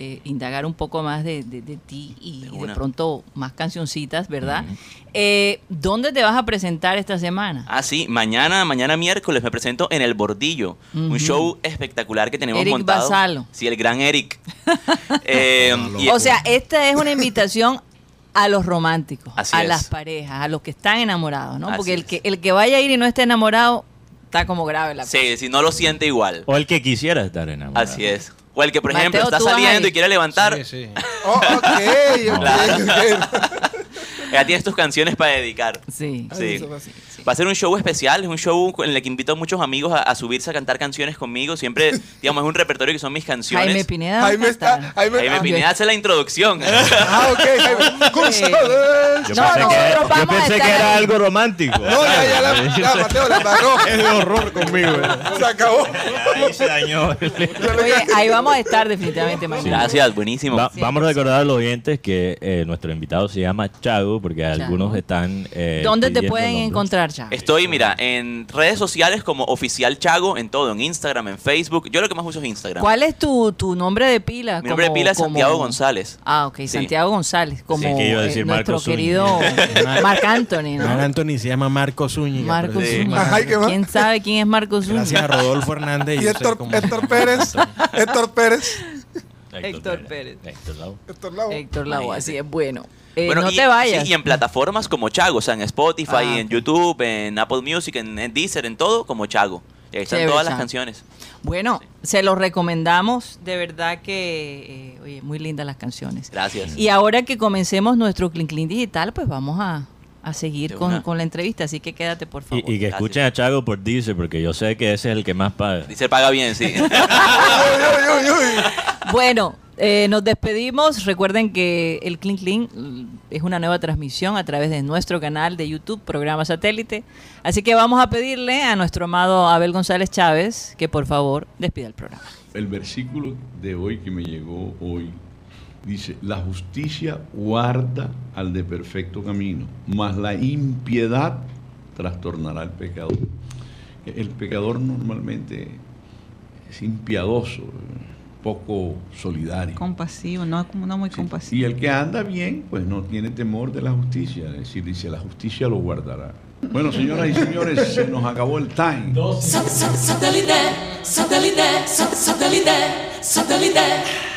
S3: eh, indagar un poco más de, de- de ti y
S2: De
S3: de,
S2: una.
S3: pronto más cancioncitas, ¿verdad? Eh, ¿Dónde te vas a presentar esta semana?
S2: *laughs* Ah, sí, mañana, mañana miércoles me presento en El Bordillo,
S3: Ujú.
S2: un show espectacular que tenemos
S3: Eric
S2: montado.
S3: Basalo.
S2: Sí, el
S3: *laughs*
S2: gran Eric. Eh, y-
S3: o sea, esta es una invitación a los románticos,
S2: Así
S3: a
S2: es.
S3: las parejas, a los que están enamorados, ¿no?
S2: Así
S3: Porque el
S2: es.
S3: que, el que vaya a ir y no esté enamorado, está como grave la cosa.
S2: sí, si no lo siente igual.
S5: Oh,
S4: O el que quisiera estar enamorado.
S2: Así es. O el que, por
S3: Mateo,
S2: ejemplo, está
S3: tú vas
S2: saliendo
S3: ahí.
S2: y quiere levantar,
S5: Sí, sí.
S6: Oh, ok, ok,
S2: *laughs* Claro.
S6: ok.
S2: *laughs* ya tienes tus canciones para dedicar.
S3: Sí.
S2: Sí.
S6: Eso pasa.
S2: Va a ser un show especial, es un show en el que invito a muchos amigos a, a subirse a cantar canciones conmigo. Siempre,
S3: *laughs*
S2: digamos, es un repertorio que son mis canciones.
S3: Jaime Pineda. va a
S6: Jaime está.
S3: cantar.
S6: Jaime,
S2: Ahí me vine a hacer
S3: *laughs*
S2: la introducción.
S6: Ah, ok, Jaime. González.
S4: Yo
S3: No,
S4: pensé, que,
S3: nosotros
S4: yo
S3: vamos a
S4: pensé
S3: estar
S4: que era
S3: ahí.
S4: algo romántico.
S6: No, ya, ya, la, ya, Mateo, la paró.
S5: Es de horror conmigo. eh.
S6: Se acabó.
S4: Ahí se dañó.
S3: Oye, ahí vamos a estar definitivamente mañana.
S2: Gracias, buenísimo.
S4: Va- vamos a recordar a los oyentes que eh, nuestro invitado se llama Chago porque algunos están. eh,
S3: ¿Dónde te
S4: pidiendo
S3: pueden
S4: nombres.
S3: encontrar ya?
S2: Estoy, mira, en redes sociales como Oficial Chago, en todo, en Instagram, en Facebook. Yo lo que más uso es Instagram.
S3: ¿Cuál es tu, tu nombre de pila?
S2: Mi nombre de
S3: Como-
S2: pila es
S3: como-
S2: Santiago González.
S3: Ah, ok,
S2: Sí.
S3: Santiago González, como
S4: es que iba a
S3: eh,
S4: decir
S3: nuestro
S4: Marco Zúñiga.
S3: querido
S4: *laughs*
S3: Marc Anthony,
S5: Mar
S3: ¿no?
S5: Anthony se llama Marco Zúñiga.
S3: Marco
S5: pero sí.
S3: Zúñiga.
S6: Ajá, ¿y qué más?
S3: ¿Quién sabe quién es Marco Zúñiga?
S5: Gracias a Rodolfo Hernández.
S6: Y
S5: yo sé
S6: Héctor,
S5: cómo-
S6: Héctor
S5: *laughs*
S6: Pérez. Héctor Pérez.
S3: Héctor Pérez.
S4: Héctor Lau.
S6: Héctor Lavo.
S3: Héctor Lavoe,
S2: Imagínate.
S3: así es bueno. Eh,
S2: Bueno,
S3: no
S2: y-
S3: te vayas.
S2: sí, y en plataformas como Chago, o sea, en Spotify,
S3: Ah,
S2: en YouTube, en Apple Music, en, en Deezer, en todo, como Chago. Y ahí están
S3: Chévere,
S2: todas las
S3: Chago.
S2: canciones.
S3: Bueno, se los recomendamos, de verdad que, eh, oye, muy lindas las canciones.
S2: Gracias.
S3: Y ahora que comencemos nuestro Clean Clean Digital, pues vamos a, a seguir
S2: De
S3: con,
S2: una.
S3: con la entrevista, así que quédate, por favor.
S4: Y, y que escuchen a Chago por Dice, porque yo sé que ese es el que más paga.
S2: Dice paga
S3: *laughs*
S2: bien, sí.
S3: Bueno, eh, nos despedimos. Recuerden que el Clean Clean mm, es una nueva transmisión a través de nuestro canal de YouTube, Programa Satélite. Así que vamos a pedirle a nuestro amado Abel González Chávez que por favor despida el programa.
S10: El versículo de hoy que me llegó hoy dice, la justicia guarda al de perfecto camino, mas la impiedad trastornará al pecador. El pecador normalmente es impiadoso, poco solidario.
S11: Compasivo, no, no muy
S10: Sí.
S11: compasivo.
S10: Y el que anda bien, pues no tiene temor de la justicia. Es decir, dice, la justicia lo guardará. Bueno, señoras y señores, se nos acabó el time.
S12: Satellite, satellite, satellite, satellite, satellite.